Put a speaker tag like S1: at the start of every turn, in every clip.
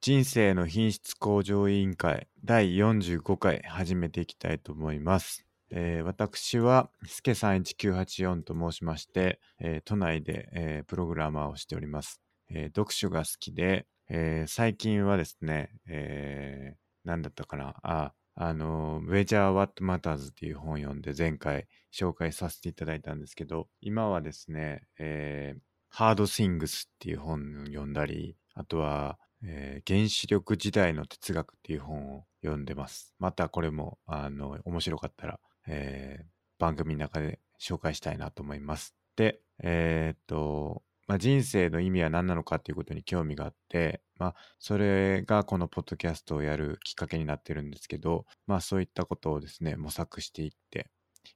S1: 人生の品質向上委員会第45回始めていきたいと思います。えー私は、すけさん1984と申しまして、えー都内で、えープログラマーをしております。えー読書が好きで、えー最近はですね、えー、なんだったかな、あ、あのー、Major What Matters っていう本を読んで前回紹介させていただいたんですけど、今はですね、えーハードシングスっていう本を読んだり、あとは、えー原子力時代の哲学っていう本を読んでます。またこれも、あの、面白かったら、えー番組の中で紹介したいなと思います。で、えーっと、まあ、人生の意味は何なのかっていうことに興味があって、まあ、それがこのポッドキャストをやるきっかけになってるんですけど、まあ、そういったことをですね、模索していって、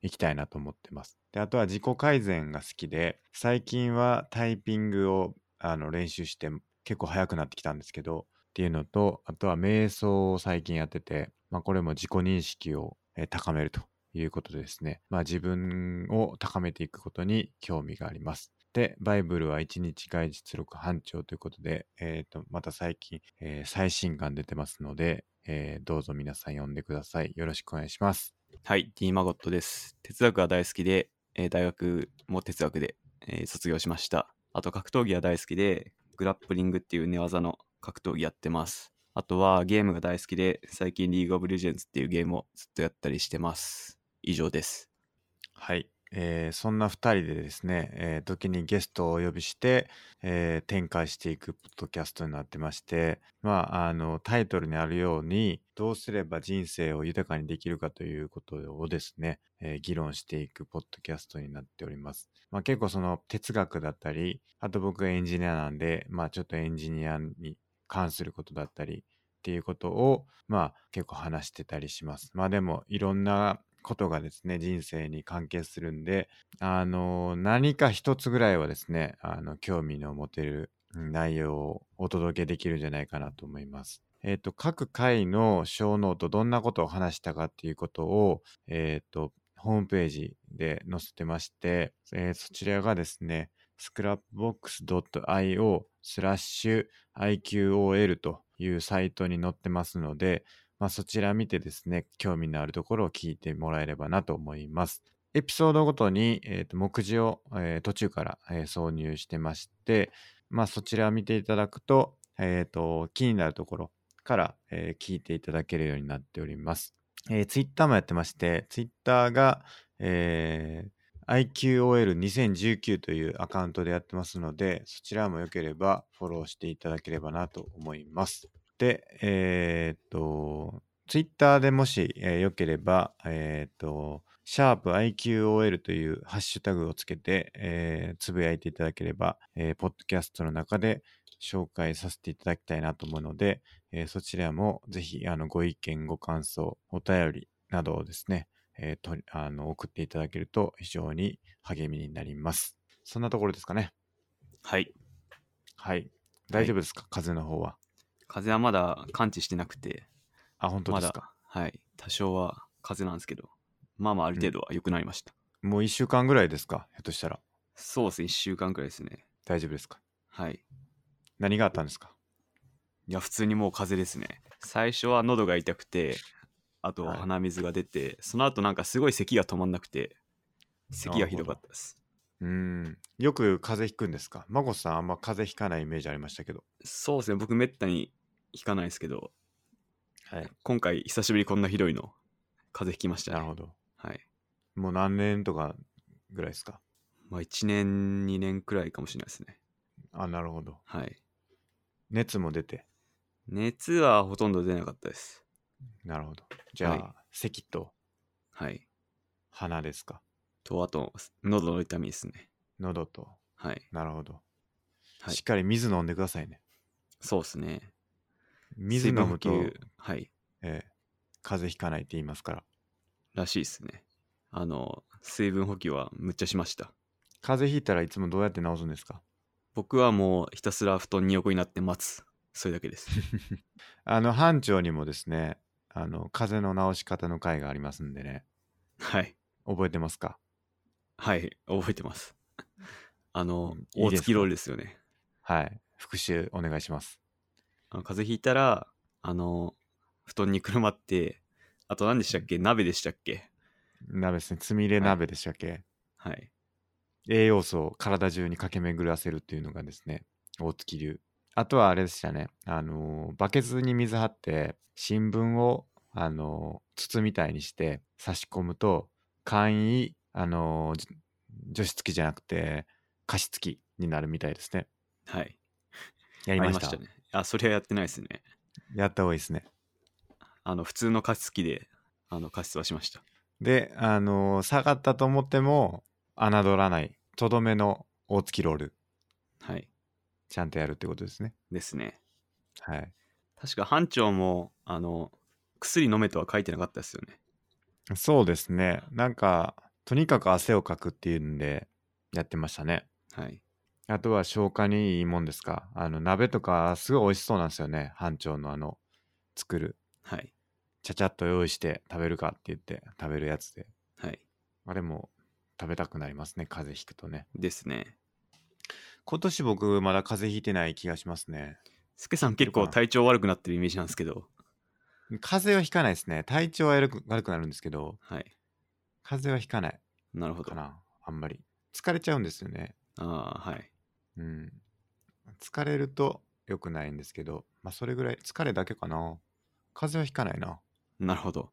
S1: いきたいなと思ってます。で、あとは自己改善が好きで、最近はタイピングをあの練習して結構早くなってきたんですけど、っていうのと、あとは瞑想を最近やってて、まあ、これも自己認識をえー高めるということでですね、まあ、自分を高めていくことに興味があります。で、バイブルは1日外出力班長ということで、えーとまた最近、えー最新刊出てますので、えーどうぞ皆さん読んでください。よろしくお願いします。
S2: はい、D マゴットです。哲学は大好きで、えー大学も哲学で、えー卒業しました。あと格闘技は大好きで、グラップリングっていう寝技の格闘技やってます。あとはゲームが大好きで、最近リーグオブレジェンズっていうゲームをずっとやったりしてます。以上です。
S1: はい、えーそんな2人でですね、えー時にゲストをお呼びして、えー展開していくポッドキャストになってまして、まあ、あのタイトルにあるようにどうすれば人生を豊かにできるかということをですね、えー議論していくポッドキャストになっております。まあ、結構その哲学だったりあと僕がエンジニアなんで、まあ、ちょっとエンジニアに関することだったりっていうことをまあ結構話してたりします。まあでもいろんなことがですね人生に関係するんであの何か一つぐらいはですねあの興味の持てるうん内容をお届けできるんじゃないかなと思います。えっ、と各回の小ノートどんなことを話したかっていうことをえっ、とホームページで載せてまして、えーそちらがですね scrapbox.io スラッシュ IQOL というサイトに載ってますので、まあ、そちら見てですね、興味のあるところを聞いてもらえればなと思います。エピソードごとに、えーと目次を、えー途中から、えー挿入してまして、まあ、そちらを見ていただくと、えーと気になるところから、えー聞いていただけるようになっております。えー、Twitter もやってまして、Twitter が、えー IQOL2019 というアカウントでやってますので、そちらもよければフォローしていただければなと思います。で、えーっと、Twitter でもし、えーよければ、えーっと、シャープ i q o l というハッシュタグをつけて、えーつぶやいていただければ、えーポッドキャストの中で紹介させていただきたいなと思うので、えーそちらもぜひあのご意見、ご感想、お便りなどをですね、えーとあの送っていただけると非常に励みになります。そんなところですかね。
S2: はい。
S1: はい。大丈夫ですか、風邪の方は。
S2: 風邪はまだ感知してなくて、
S1: あ、本当
S2: ま
S1: です
S2: だ
S1: か。、
S2: はい。多少は風邪なんですけど、まあまあある程度は良くなりました。
S1: もう1週間ぐらいですか、ひょっとしたら。
S2: そうですね、1週間くらいですね。
S1: 大丈夫ですか。
S2: はい。
S1: 何があったんですか
S2: いや、普通にもう風邪ですね。最初は喉が痛くて、あと
S1: はい
S2: 鼻水が出て、その後なんかすごい咳が止まんなくて、咳がひどかったです。
S1: うーん。よく風邪ひくんですかマコさん、あんま風邪ひかないイメージありましたけど。
S2: そうですね、僕めったに引かないですけど、
S1: はい。
S2: 今回久しぶりにこんなひどいの、風邪ひきました、ね。
S1: なるほど。
S2: はい。
S1: もう何年とかぐらいですか
S2: まあ1年、2年くらいかもしれないですね。
S1: あ、なるほど。
S2: はい。
S1: 熱も出て。
S2: 熱はほとんど出なかったです。
S1: なるほど。じゃあ、
S2: はい
S1: 咳と
S2: はい。
S1: 鼻ですか
S2: と、あと、喉の痛みですね。
S1: 喉と。
S2: はい。
S1: なるほど。
S2: はい
S1: しっかり水飲んでくださいね。
S2: そうですね。
S1: 水飲むと、
S2: 水分補給はい。
S1: ええ風邪ひかないって言いますから。
S2: らしいですね。あの、水分補給はむっちゃしました。
S1: 風邪ひいたらいつもどうやって治すんですか
S2: 僕はもうひたすら布団に横になって待つ。それだけです。
S1: あの、班長にもですね、あの、風邪の治し方の回がありますんでね、
S2: はい。
S1: 覚えてますか
S2: はい。覚えてます。あの、
S1: うんいい
S2: 大
S1: ですか
S2: 月ロールですよね。
S1: はい。復習お願いします。
S2: あの風邪ひいたら、あの、布団にくるまって、あと何でしたっけ鍋でしたっけ
S1: 鍋ですね。つみれ鍋でしたっけ、
S2: はい。
S1: 栄養素を体中に駆け巡らせるっていうのがですね、大月流。あとはあれでしたね、あのーバケツに水張って、新聞を、あのー筒みたいにして差し込むと、簡易、あのーじ除湿器じゃなくて、加湿器になるみたいですね。
S2: はい。
S1: や
S2: あ
S1: りました。
S2: ね。あ、それはやってないですね。
S1: やった方がいいですね。
S2: あの、普通の加湿器で、あの、加湿はしました。
S1: で、あのー下がったと思っても、侮らない、とどめの大月ロール、
S2: はい。
S1: ちゃんとやるってことですね。
S2: ですね。
S1: はい。
S2: 確か班長も、あの、薬飲めとは書いてなかったですよね。
S1: そうですね。なんか、とにかく汗をかくっていうんで、やってましたね。
S2: はい。
S1: あとは消化にいいもんですか。あの、鍋とか、すごい美味しそうなんですよね。班長のあの、作る。
S2: はい。
S1: ちゃちゃっと用意して食べるかって言って食べるやつで。
S2: はい。
S1: あれも食べたくなりますね。風邪ひくとね。
S2: ですね。
S1: 今年僕、まだ風邪ひいてない気がしますね。
S2: スケさん結構体調悪くなってるイメージなんですけど、
S1: 風邪はひかないですね。体調は悪く悪くなるんですけど、
S2: はい。
S1: 風邪はひかない
S2: なるほど。
S1: か
S2: あ
S1: な。あんまり。疲れちゃうんですよね。
S2: あー、はい。
S1: うん。疲れると良くないんですけど、まあそれぐらい、疲れだけかな。風邪はひかないな。
S2: なるほど。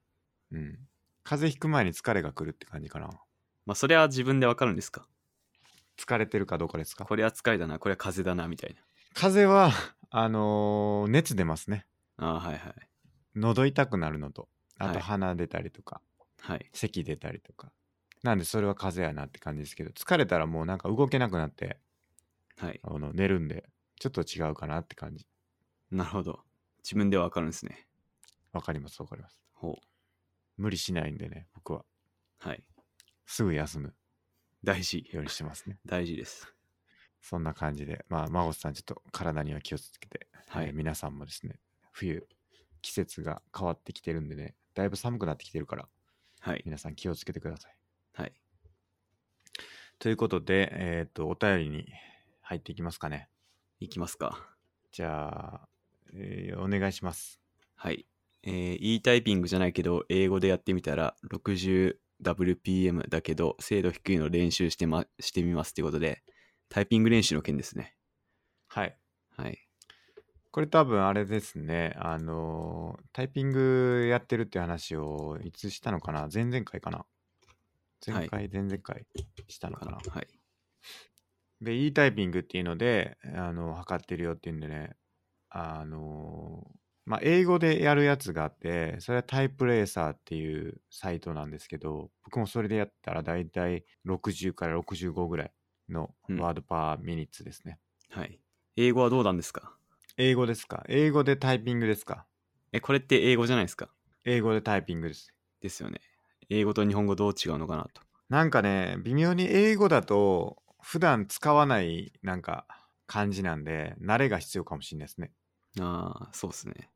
S1: うん。風邪ひく前に疲れが来るって感じかな。
S2: まあ、それは自分でわかるんですか
S1: 疲れてるかどうかですか
S2: これは疲れだな、これは風邪だな、みたい
S1: 風邪は、 あのー熱出ますね。
S2: な。ああー、はいはい。
S1: 喉痛くなるのと、あ
S2: は
S1: と
S2: い
S1: 鼻出たりとか、
S2: はい。
S1: 咳出たりとか。なんでそれは風邪やなって感じですけど、疲れたらもうなんか動けなくなって、
S2: はい。
S1: あの寝るんで、ちょっと違うかなって感じ。
S2: なるほど。自分ではわかるんですね。
S1: わかります、わかります。
S2: ほ
S1: 無理しないんでね、僕は。
S2: う。はい。
S1: すぐ休む
S2: 大事。
S1: ようにしてますね。
S2: 大事です。
S1: そんな感じで、まあ、孫さん、ちょっと体には気をつけて、
S2: は
S1: えー
S2: い。
S1: 皆さんもですね、冬、季節が変わってきてるんでね、だいぶ寒くなってきてるから、
S2: はい。
S1: 皆さん気をつけてください。
S2: はい。
S1: ということで、えっ、と、お便りに入っていきますかね。
S2: いきますか。
S1: じゃあ、えーお願いします。
S2: はい。えー、E タイピングじゃないけど、英語でやってみたら、60WPM だけど、精度低いの練習して,、ま、してみますってことで、タイピング練習の件ですね。
S1: はい。
S2: はい。
S1: これ多分あれですね、あのータイピングやってるっていう話をいつしたのかな前々回かな前回、前々回したのかな
S2: はい。
S1: で、E タイピングっていうので、あの、測ってるよっていうんでね、あの、まあ、英語でやるやつがあって、それはタイプレーサーっていうサイトなんですけど、僕もそれでやったら大体60から65ぐらいの
S2: うん
S1: ワードパーミニッツですね。
S2: はい。英語はどうなんですか
S1: 英語ですか英語でタイピングですか
S2: え、これって英語じゃないですか
S1: 英語でタイピングです。
S2: ですよね。英語と日本語どう違うのかなと。
S1: なんかね、微妙に英語だと普段使わないなんか感じなんで、慣れが必要かもしれないですね。
S2: ああ、そうですね。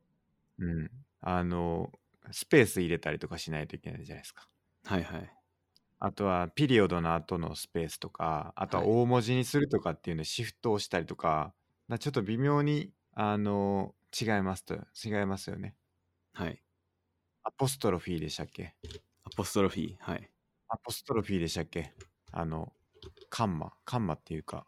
S1: うん、あのスペース入れたりとかしないといけないじゃないですか。
S2: はいはい。
S1: あとはピリオドの後のスペースとかあとは
S2: はい
S1: 大文字にするとかっていうのでシフトをしたりとかだからちょっと微妙にあの違いますと違いますよね。
S2: はい。
S1: アポストロフィーでしたっけ
S2: アポストロフィー。はい。
S1: アポストロフィーでしたっけあのカンマカンマっていうか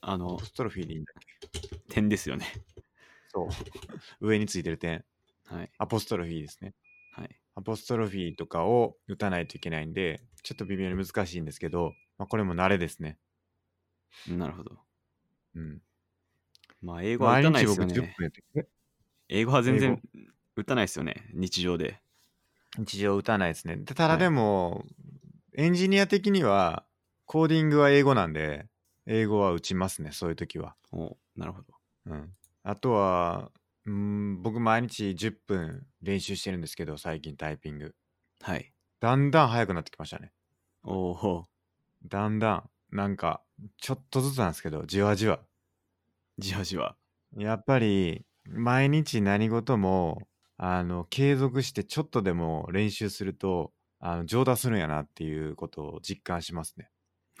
S2: あ
S1: ア
S2: の
S1: ポ、ストロフィーでいいんだっけ
S2: 点ですよね。
S1: そう 上についてる点
S2: はい。
S1: アポストロフィーですね。
S2: はい。
S1: アポストロフィーとかを打たないといけないんでちょっと微妙に難しいんですけど、まあ、これも慣れですね。
S2: なるほど。
S1: うん。
S2: まあ、英語は
S1: 毎
S2: 打たない
S1: 日
S2: です
S1: 僕
S2: よ
S1: 10分
S2: ね。
S1: やってる。
S2: 英語は全然打たないですよね。日常で。
S1: 日常打たないですね。でた
S2: は
S1: だ
S2: い
S1: でも、エンジニア的には、コーディングは英語なんで、英語は打ちますね、そういう時は。
S2: おなるほど。
S1: うん。あとは、うん、僕毎日10分練習してるんですけど、最近タイピング。
S2: はい。
S1: だんだん速くなってきましたね。
S2: おお
S1: だんだん、なんか、ちょっとずつなんですけど、じわじわ。
S2: じわじわ。
S1: やっぱり、毎日何事も、あの、継続してちょっとでも練習すると、あの、上達するんやなっていうことを実感しますね。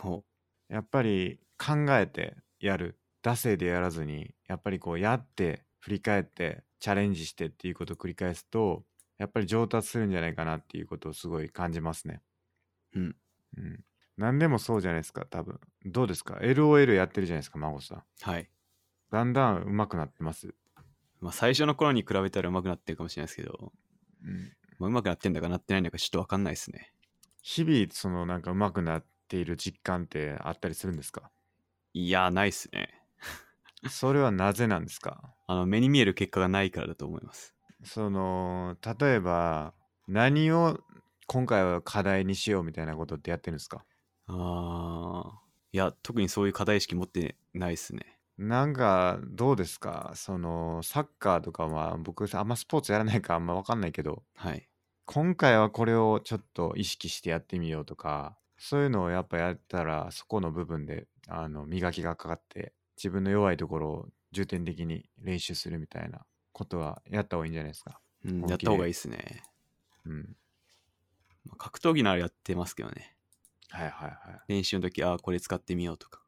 S2: お
S1: やっぱり考えてやる。惰性でやらずに、やっぱりこうやって振り返ってチャレンジしてっていうことを繰り返すとやっぱり上達するんじゃないかなっていうことをすごい感じますね。
S2: うん。
S1: うん、何でもそうじゃないですか多分。どうですか ?LOL やってるじゃないですか孫さん。
S2: はい。
S1: だんだん上手くなってます。
S2: まあ、最初の頃に比べたら上手くなってるかもしれないですけど、
S1: うん、
S2: まあ、上手くなってんだかなってないのかちょっとわかんないですね。
S1: 日々そのなんか上手くなっている実感ってあったりするんですか
S2: いやー、ないっすね。
S1: それはなぜなんですか
S2: あの、目に見える結果がないからだと思います。
S1: その例えば何を今回は課題にしようみたいなことってやってるんですか
S2: ああ。いや、特にそういう課題意識持ってないっすね。
S1: なんかどうですかそのサッカーとかは僕あんまスポーツやらないからあんま分かんないけど
S2: はい。
S1: 今回はこれをちょっと意識してやってみようとかそういうのをやっぱやったらそこの部分であの磨きがかかって自分の弱いところを重点的に練習するみたいなことはやった方がいいんじゃないですか。
S2: う
S1: 本
S2: ん、
S1: 気で
S2: やった方がいいっすね。
S1: うん、
S2: まあ、格闘技ならやってますけどね。
S1: はいはいはい
S2: 練習の時、ああ、これ使ってみようとか、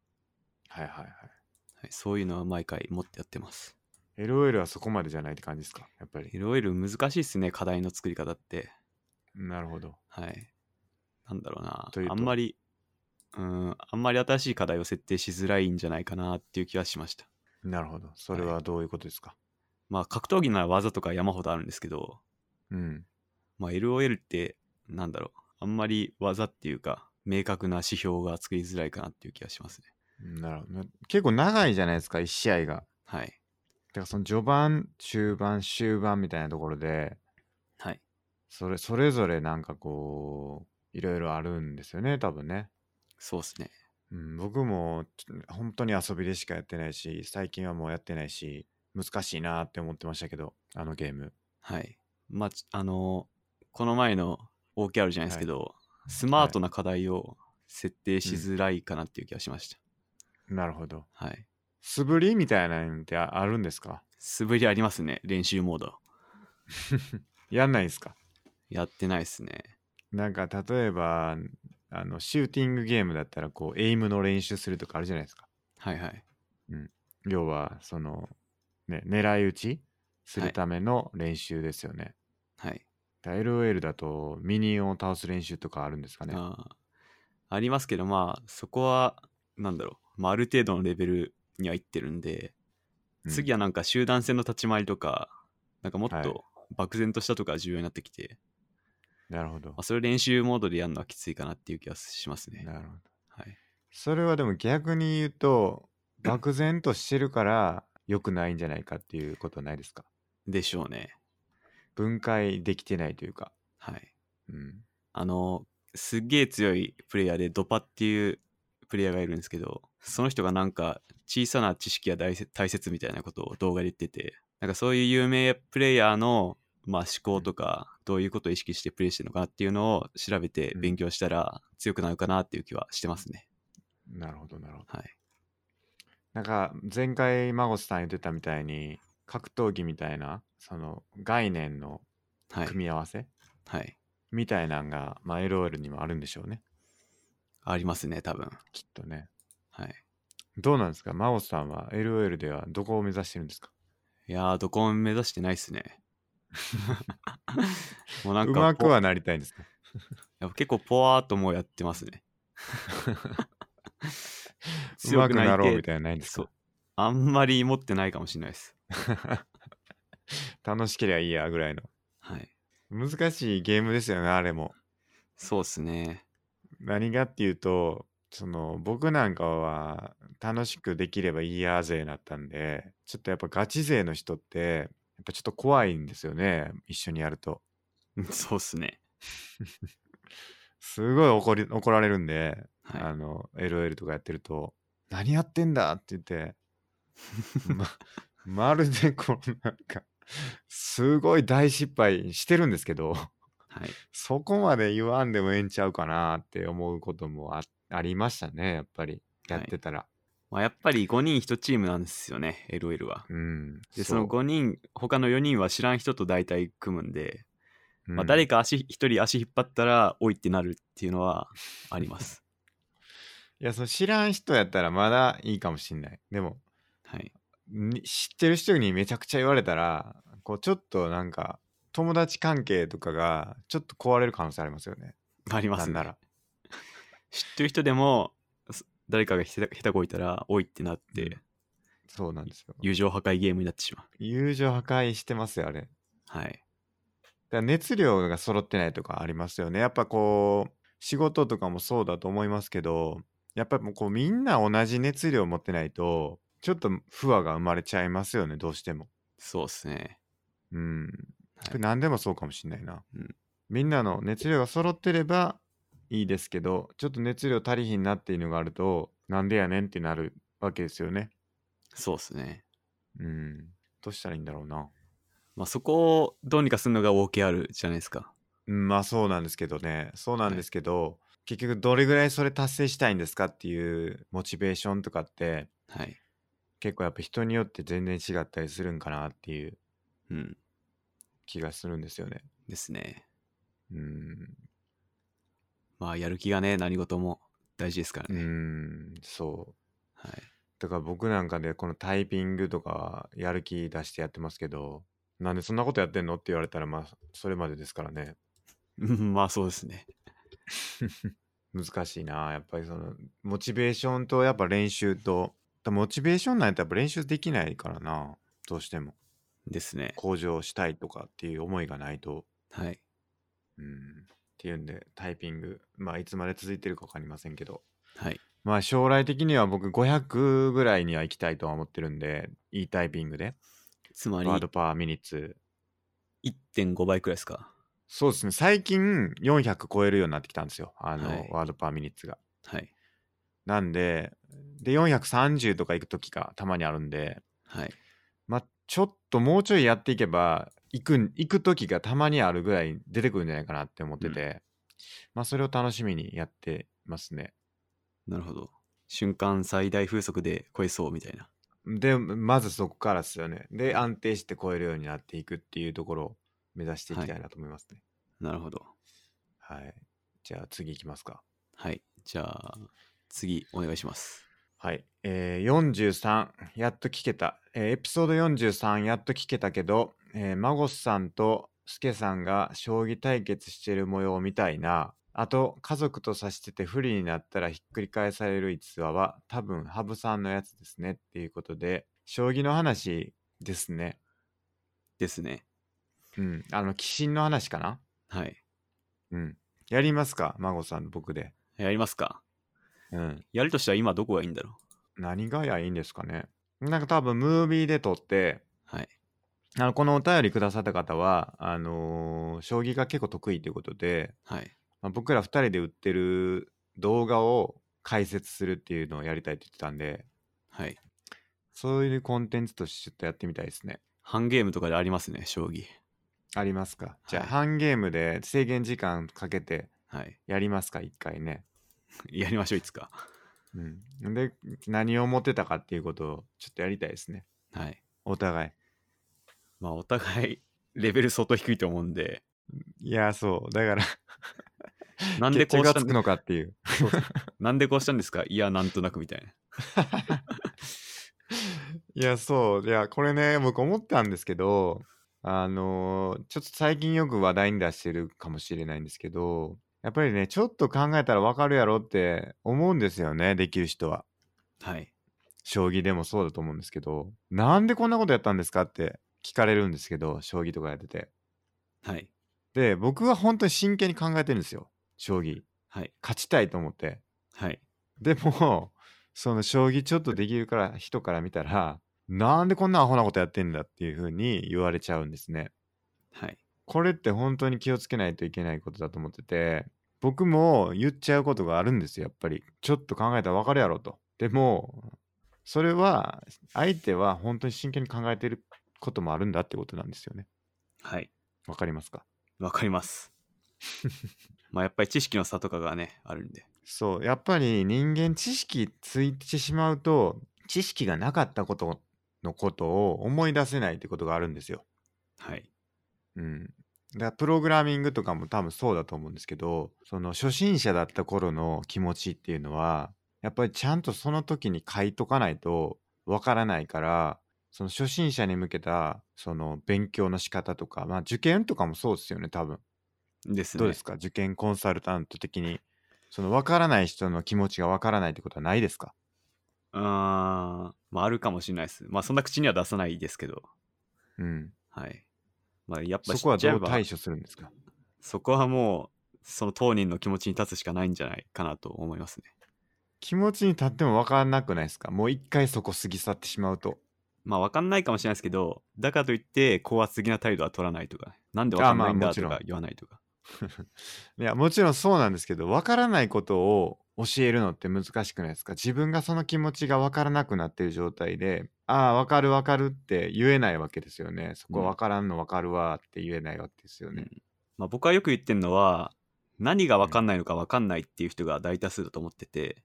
S1: はいはいはい。
S2: はい。そういうのは毎回持ってやってます。
S1: LOL はそこまでじゃないって感じですかやっぱり。
S2: いろいろ難しいっすね、課題の作り方って。
S1: なるほど。
S2: はい。なんだろうな
S1: という。と
S2: あんまり、うん、あんまり新しい課題を設定しづらいんじゃないかなっていう気はしました。
S1: なるほど。それはどういうことですか、
S2: まあ、格闘技なら技とか山ほどあるんですけど、
S1: うん。
S2: まあ、LOL って、なんだろう。あんまり技っていうか、明確な指標が作りづらいかなっていう気がしますね。
S1: なるほど。結構長いじゃないですか、1試合が。
S2: はい。
S1: だからその序盤、中盤、終盤みたいなところで、
S2: はい。
S1: それそれぞれなんかこう、いろいろあるんですよね、多分ね。
S2: そうですね。
S1: うん、僕もちょ本当に遊びでしかやってないし、最近はもうやってないし、難しいなーって思ってましたけど、あのゲーム。
S2: はい。まあ、ちあのこの前の OKR じゃないですけど、スマートな課題を設定しづらいかなっていう気がしました。
S1: なるほど。
S2: はい。
S1: 素振りみたいなのってああるんですか
S2: 素振りありますね、練習モード。
S1: やんないですか
S2: やってないですね。
S1: なんか例えばあのシューティングゲームだったらこうエイムの練習するとかあるじゃないですか
S2: はいはい。
S1: 要はそのね狙い撃ちす
S2: は
S1: る
S2: い
S1: ための練習ですよね、
S2: はい。
S1: だ LOL だとミニオンを倒す練習とかあるんですかね
S2: あーありますけど、まあ、そこは、なんだろう、まあ、ある程度のレベルにはいってるんで、
S1: うん
S2: 次はなんか集団戦の立ち回りとか、なんかもっ
S1: はい
S2: と漠然としたとか重要になってきて、
S1: なるほど
S2: まあ、それを練習モードでやるのはきついかなっていう気がしますね。
S1: なるほど
S2: はい。
S1: それはでも逆に言うと漠然としてるから良くないんじゃないかっていうことないですか
S2: でしょうね。
S1: 分解できてないというか
S2: はい。
S1: うん
S2: あの、すっげえ強いプレイヤーでドパっていうプレイヤーがいるんですけど、その人がなんか小さな知識が大切大切みたいなことを動画で言ってて、なんかそういう有名プレイヤーの、まあ、思考とか、どういうことを意識してプレイしてるのかなっていうのを調べて
S1: うん
S2: 勉強したら強くなるかなっていう気はしてますね。
S1: なるほどなるほど
S2: はい。
S1: なんか前回マゴスさん言ってたみたいに格闘技みたいなその概念の
S2: はい。
S1: 組み合わせ
S2: はい。
S1: みたいなんが、まあ、LOL にもあるんでしょうね
S2: ありますね、多分。
S1: きっとね
S2: はい。
S1: どうなんですかマゴスさんは LOL ではどこを目指してるんですか
S2: いやー、どこも目指してないっ すね。 もうなん
S1: う
S2: か、
S1: まくはなりたいんですか
S2: やっぱ結構ポワーっともうやってますね。
S1: うまくなろうみ
S2: い
S1: たいなのないんです
S2: そ
S1: か
S2: う。あんまり持ってないかもしれないです。
S1: 楽しければいいやぐらいの
S2: はい。
S1: 難しいゲームですよねあれも
S2: そうですね。
S1: 何がっていうとその僕なんかは楽しくできればいいや勢だったんでちょっとやっぱガチ勢の人ってやっぱちょっと怖いんですよね一緒にやると
S2: うんそうですね。
S1: すごい怒り怒られるんで、
S2: は
S1: あの LOL とかやってると「何やってんだ!」って言 って、ま、まるでこうなんかすごい大失敗してるんですけど
S2: い。はい。
S1: そこまで言わんでもええんちゃうかなって思うこともあありましたねやっぱりやってたら。
S2: まあ、やっぱり5人1チームなんですよね、LOL は。
S1: うん、
S2: で、その
S1: 後、
S2: 5人、他の4人は知らん人と大体組むんで、
S1: うん
S2: まあ、誰か足、1人足引っ張ったら、おいってなるっていう のはあります。
S1: いやその知らん人やったらまだいいかもしんないでも
S2: はい。
S1: に知ってる人にめちゃくちゃ言われたらこうちょっとなんか友達関係とかがちょっと壊れる可能性ありますよね。
S2: ありま
S1: な
S2: す
S1: ん
S2: ね
S1: なら。
S2: 知ってる人でもす誰かが下手下手こいたらおいってなって、
S1: うんそうなんですよ。
S2: 友情破壊ゲームになってしまう
S1: 友情破壊してますよあれ。だか
S2: はい
S1: ら熱量が揃ってないとかありますよね。やっぱこう仕事とかもそうだと思いますけどやっぱもうこうみんな同じ熱量を持ってないとちょっと不和が生まれちゃいますよねどうしても。
S2: そうっすね
S1: うん。
S2: はい
S1: これ何でもそうかもしんないな、
S2: うん
S1: みんなの熱量が揃ってればいいですけどちょっと熱量足りひんなっていうのがあるとなんでやねんってなるわけですよね
S2: そうっすね
S1: うんどうしたらいいんだろうな
S2: まあそこをどうにかするのが OKR じゃないですか
S1: うんまあそうなんですけどねそうなん
S2: はい
S1: ですけど、結局どれぐらいそれ達成したいんですかっていうモチベーションとかって
S2: はい
S1: 結構やっぱ人によって全然違ったりするんかなっていう
S2: うん
S1: 気がするんですよね
S2: ですね
S1: うん
S2: まあやる気がね何事も大事ですから
S1: う
S2: ね、
S1: んそう
S2: はい
S1: だから僕なんかでこのタイピングとかやる気出してやってますけどなんでそんなことやってんのって言われたらまあそれまでですからね
S2: うん まあそうですね
S1: 難しいなやっぱりそのモチベーションとやっぱ練習とだモチベーションないとやっぱ練習できないからなどうしても
S2: ですね
S1: 向上したいとかっていう思いがないと
S2: はい
S1: うんっていうんでタイピングまあいつまで続いてるか分かりませんけど
S2: はい
S1: まあ将来的には僕500ぐらいには行きたいとは思ってるんでいいタイピングで
S2: つまり
S1: ワードパーミニッツ
S2: 1.5倍くらいですか
S1: そうですね最近400超えるようになってきたんですよあの、
S2: はい
S1: ワードパーミニッツが
S2: はい
S1: なんでで430とか行く時がたまにあるんで
S2: はい
S1: まあちょっともうちょいやっていけば行くん行く時がたまにあるぐらい出てくるんじゃないかなって思ってて、まあそれを楽しみにやってますね
S2: なるほど瞬間最大風速で超えそうみたいな
S1: でまずそこからですよねで
S2: はい
S1: 安定して超えるようになっていくっていうところを目指していきたいなと思いますね
S2: なるほど
S1: はい、じゃあ次行きますか
S2: はいじゃあ次お願いします
S1: はい、えー、43やっと聞けた、えーエピソード43やっと聞けたけど、えー、マゴスさんとスケさんが将棋対決してる模様を見たいなあと家族と指してて不利になったらひっくり返される逸話は多分羽生さんのやつですねっていうことで将棋の話ですね
S2: ですね
S1: うんあの棋神の話かな
S2: はい
S1: うんやりますかマゴさん僕で
S2: やりますか
S1: うん
S2: やるとしたら今どこがいいんだろ
S1: 何がやいいんですかねなんか多分ムービーで撮って
S2: うはい
S1: あのこのお便りくださった方はあのー将棋が結構得意ということで、
S2: はい
S1: まあ、僕ら2人で売ってる動画を解説するっていうのをやりたいって言ってたんで
S2: はい
S1: そういうコンテンツとしてちょっとやってみたいですね
S2: ハンゲームとかでありますね将棋
S1: ありますかじゃあ、
S2: はい
S1: ハンゲームで制限時間かけて
S2: はい
S1: やりますか1回ね、
S2: やりましょういつか
S1: うん、で何を持ってたかっていうことをちょっとやりたいですね
S2: はい
S1: お互い
S2: まあお互いレベル相当低いと思うん で
S1: いやそうだから
S2: なんで
S1: 決
S2: こ
S1: 着
S2: う
S1: が
S2: した
S1: つ
S2: ん
S1: くのかっていう
S2: そうそうなんでこうしたんですかいやなんとなくみたいない
S1: や、そう。いや、これね、僕思ったんですけど、あのーちょっと最近よく話題に出してるかもしれないんですけど、やっぱりね、ちょっと考えたらわかるやろって思うんですよね、できる人は。
S2: はい
S1: 将棋でもそうだと思うんですけど、なんでこんなことやったんですかって聞かれるんですけど、将棋とかやってて。
S2: はい
S1: で、僕は本当に真剣に考えてるんですよ、将棋。
S2: はい
S1: 勝ちたいと思って。
S2: はい
S1: でも、その将棋ちょっとできるから人から見たら、なんでこんなアホなことやってんだっていう風に言われちゃうんですね。
S2: はい
S1: これって本当に気をつけないといけないことだと思ってて、僕も言っちゃうことがあるんですよ、やっぱり。ちょっと考えたらわかるやろと。でも、それは相手は本当に真剣に考えてることもあるんだってことなんですよね。
S2: はい
S1: わかりますか
S2: わかります まあやっぱり知識の差とかがねあるんで
S1: そう、やっぱり人間知識ついてしまうと、知識がなかったことのことを思い出せないってことがあるんですよ。
S2: はい
S1: うん。だからプログラミングとかも多分そうだと思うんですけど、その初心者だった頃の気持ちっていうのは、やっぱりちゃんとその時に書いとかないとわからないから、その初心者に向けたその勉強の仕方とか、まあ、受験とかもそうですよね多分
S2: ですね。
S1: どうですか受験コンサルタント的にその分からない人の気持ちが分からないってことはないですか
S2: あーまあ、あるかもしれないです。まあ、そんな口には出さないですけど、
S1: うん
S2: はい。まあ、やっぱ
S1: そ
S2: 知
S1: こは
S2: っち
S1: ど
S2: ゃえ
S1: う
S2: ば、
S1: 対処するんですか
S2: そこはもう、その当人の気持ちに立つしかないんじゃないかなと思いますね。
S1: 気持ちに立っても分からなくないですかもう一回そこ過ぎ去ってしまうと
S2: まあ、わかんないかもしれないですけど、だからといって、高圧的な態度は取らないとか、なんでわかんない
S1: あま
S2: ん
S1: あも
S2: だ
S1: ちろ
S2: と
S1: ん
S2: か言わないとか。
S1: いやもちろんそうなんですけど分からないことを教えるのって難しくないですか自分がその気持ちが分からなくなってる状態でああ分かる分かるって言えないわけですよねそこ
S2: うん
S1: 分からんの分かるわって言えないわけですよね、
S2: うんまあ、僕はよく言ってるのは、何がわかんないのかわかんないっていう人が大多数だと思ってて、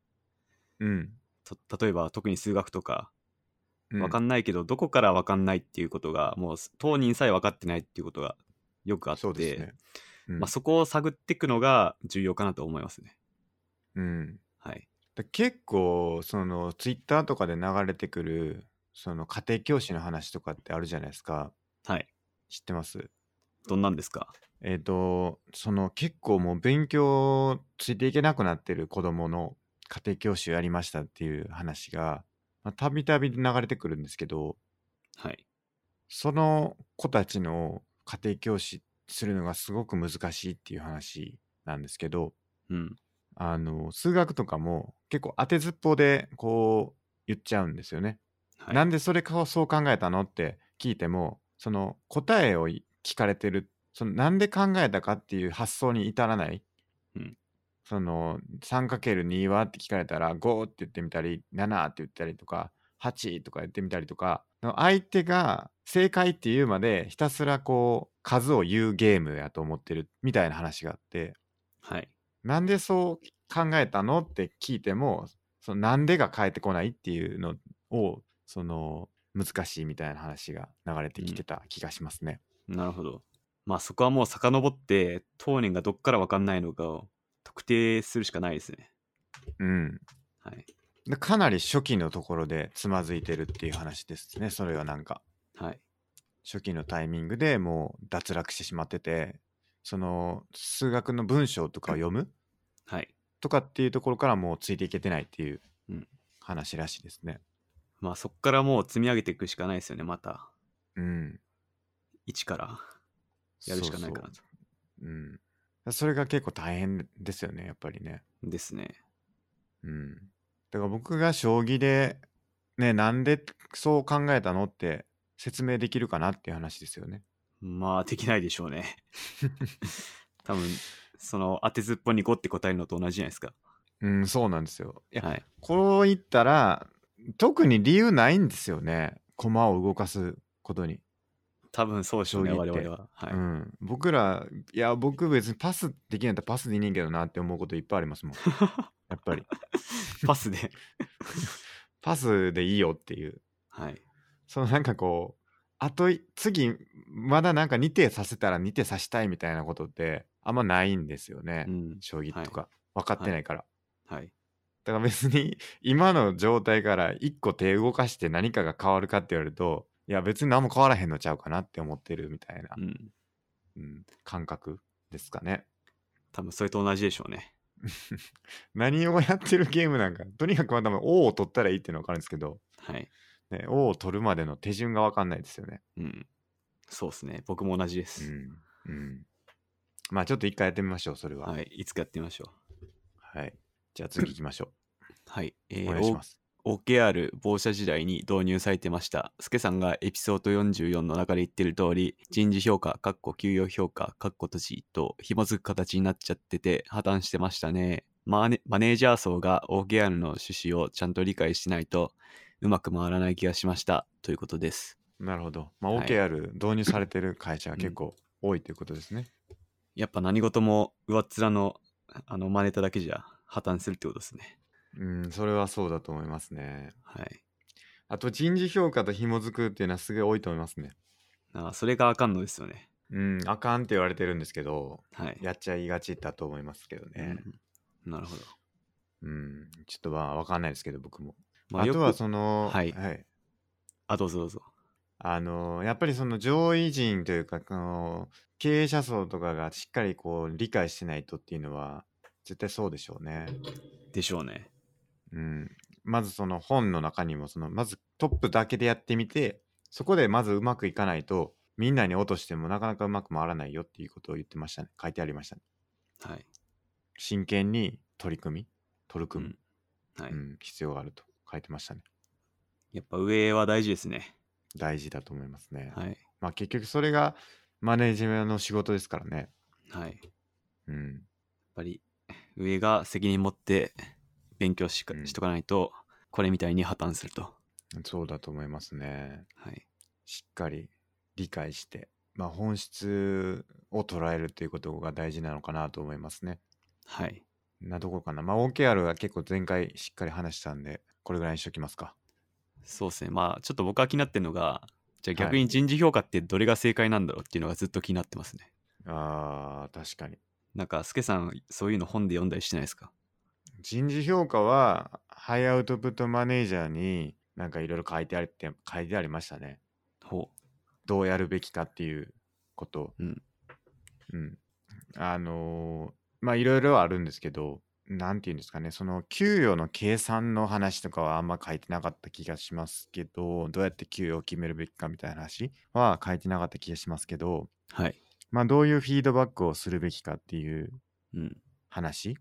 S1: うん
S2: と例えば特に数学とか、
S1: うん
S2: わかんないけど、どこからわかんないっていうことが、もう当人さえ分かってないっていうことがよくあって、
S1: そうですね、うん
S2: まあ、そこを探っていくのが重要かなと思いますね。
S1: うん
S2: はい。
S1: だ結構そのツイッターとかで流れてくるその家庭教師の話とかってあるじゃないですか
S2: はい。
S1: 知ってます
S2: どんなんですか
S1: えっ、とその結構もう勉強ついていけなくなってる子供の家庭教師をやりましたっていう話がまあたびたび流れてくるんですけど
S2: はい。
S1: その子たちの家庭教師するのがすごく難しいっていう話なんですけど
S2: うん。
S1: あの数学とかも結構当てずっぽうでこう言っちゃうんですよね。
S2: はい、
S1: なんでそれかそう考えたのって聞いてもその答えをい聞かれてるそのなんで考えたかっていう発想に至らない、
S2: うん
S1: その 3×2 はって聞かれたら5って言ってみたり7って言ったりとか8とか言ってみたりとかその相手が正解っていうまでひたすらこう数を言うゲームやと思ってるみたいな話があって
S2: はい。
S1: なんでそう考えたのって聞いてもそのなんでが返ってこないっていうのをその難しいみたいな話が流れてきてた気がしますね。
S2: なるほど。まあそこはもう遡って、当人がどっからわかんないのかを特定するしかないですね。
S1: うん、
S2: はい。
S1: でかなり初期のところでつまずいてるっていう話ですねそれはなんか
S2: はい。
S1: 初期のタイミングでもう脱落してしまっててその数学の文章とかを読む
S2: はい。
S1: とかっていうところからもうついていけてないっていう
S2: うん
S1: 話らしいですね。
S2: まあそこからもう積み上げていくしかないですよね、また。
S1: うん、
S2: 一からやるしかないかなと。
S1: そうそううん、それが結構大変ですよねやっぱりね。
S2: ですね。
S1: うん、だから僕が将棋で、ね、なんでそう考えたのって説明できるかなっていう話ですよね。
S2: まあできないでしょうね。 多分その当てずっぽに5って答えるのと同じじゃないですか。
S1: うん、そうなんですよ。いや、
S2: はい。
S1: こう言ったら特に理由ないんですよね駒を動かすことに。
S2: 多分そうでしょうね、
S1: 将棋
S2: 我
S1: って
S2: 々は。はい。
S1: うん、僕らいや僕別にパスできないんだったらパスでいいねんけどなって思うこといっぱいあります もんやっぱり
S2: パスで。
S1: パスでいいよっていう
S2: はい。
S1: そのなんかこうあとい次まだなんか2手させたら2手さしたいみたいなことってあんまないんですよね、
S2: うん。
S1: 将棋
S2: はい
S1: とか分かってないから、
S2: はい。
S1: だから別に 今の状態から1個手動かして何かが変わるかって言われるといや別に何も変わらへんのちゃうかなって思ってるみたいな、
S2: うん。
S1: うん感覚ですかね
S2: 多分それと同じでしょうね。
S1: 何をやってるゲームなんかとにかくまあ多分王を取ったらいいっていうのは分かるんですけど、
S2: はい。
S1: ね、王を取るまでの手順が分かんないですよね
S2: うん。そうですね。僕も同じで
S1: う
S2: す。
S1: ん、うん、まあちょっと一回やってみましょうそれは
S2: はい。いつかやってみましょ
S1: はい。じゃあ次行きましょ
S2: う。はい。え
S1: う。
S2: ー
S1: お願いします。
S2: O- OKR 防射時代に導入されてました。スケさんがエピソード44の中で言ってる通り、人事評価、かっこ給与評価、かっこ年と紐づく形になっちゃってて破綻してましたね。マネマネージャー層が OKR の趣旨をちゃんと理解しないとうまく回らない気がしましたということです。
S1: なるほど。まあ、
S2: はい
S1: OKR 導入されてる会社が結構多いということですね。
S2: やっぱ何事も上っ面のあの真似ただけじゃ破綻するってことですね。
S1: うん、それはそうだと思いますね。
S2: はい。
S1: あと人事評価と紐づくっていうのはすごい多いと思いますね。
S2: あそれがあかんのですよね。
S1: うん、あかんって言われてるんですけど、
S2: はい。
S1: やっちゃいがちだと思いますけどね。
S2: うんなるほど。
S1: うん、ちょっとまあわかんないですけど、僕も。
S2: ま
S1: あ
S2: よ
S1: と
S2: く
S1: はその、
S2: はい
S1: はい。
S2: あ、どうぞどうぞ。
S1: あのやっぱりその上位陣というかこの経営者層とかがしっかりこう理解してないとっていうのは絶対そうでしょうね。
S2: でしょうね。
S1: うん、まずその本の中にもそのまずトップだけでやってみてそこでまずうまくいかないとみんなに落としてもなかなかうまく回らないよっていうことを言ってましたね書いてありましたね
S2: はい。
S1: 真剣に取り組み取り組む、
S2: はい
S1: うん必要があると書いてましたね
S2: やっぱ上は大事ですね。
S1: 大事だと思いますね、
S2: はい。
S1: まあ結局それがマネージメントの仕事ですからね
S2: はい。やっ
S1: うん
S2: ぱり上が責任持って勉強しか
S1: うん
S2: しとかないと、これみたいに破綻すると。
S1: そうだと思いますね
S2: はい。
S1: しっかり理解してまあ本質を捉えるということが大事なのかなと思いますね
S2: はい。
S1: なところかな。まあ OKR は結構前回しっかり話したんで、これぐらいにしときますか。
S2: そうですね。まあちょっと僕は気になってるのが、じゃあ逆に人事評価ってどれが正解なんだろうっていうのがずっと気になってますね。
S1: あー、確かに。
S2: なんか、スケさん、そういうの本で読んだりしてないですか
S1: 人事評価は、ハイアウトプットマネージャーになんかいろいろ書いてあって、書いてありましたね。
S2: ほ
S1: どうやるべきかっていうこと。
S2: うん。
S1: うん。あのーまあいろいろあるんですけど、なんていうんですかね、その給与の計算の話とかはあんま書いてなかった気がしますけど、どうやって給与を決めるべきかみたいな話は書いてなかった気がしますけど、
S2: う。はい。
S1: まあ、どういうフィードバックをするべきかっていう
S2: うん。
S1: 話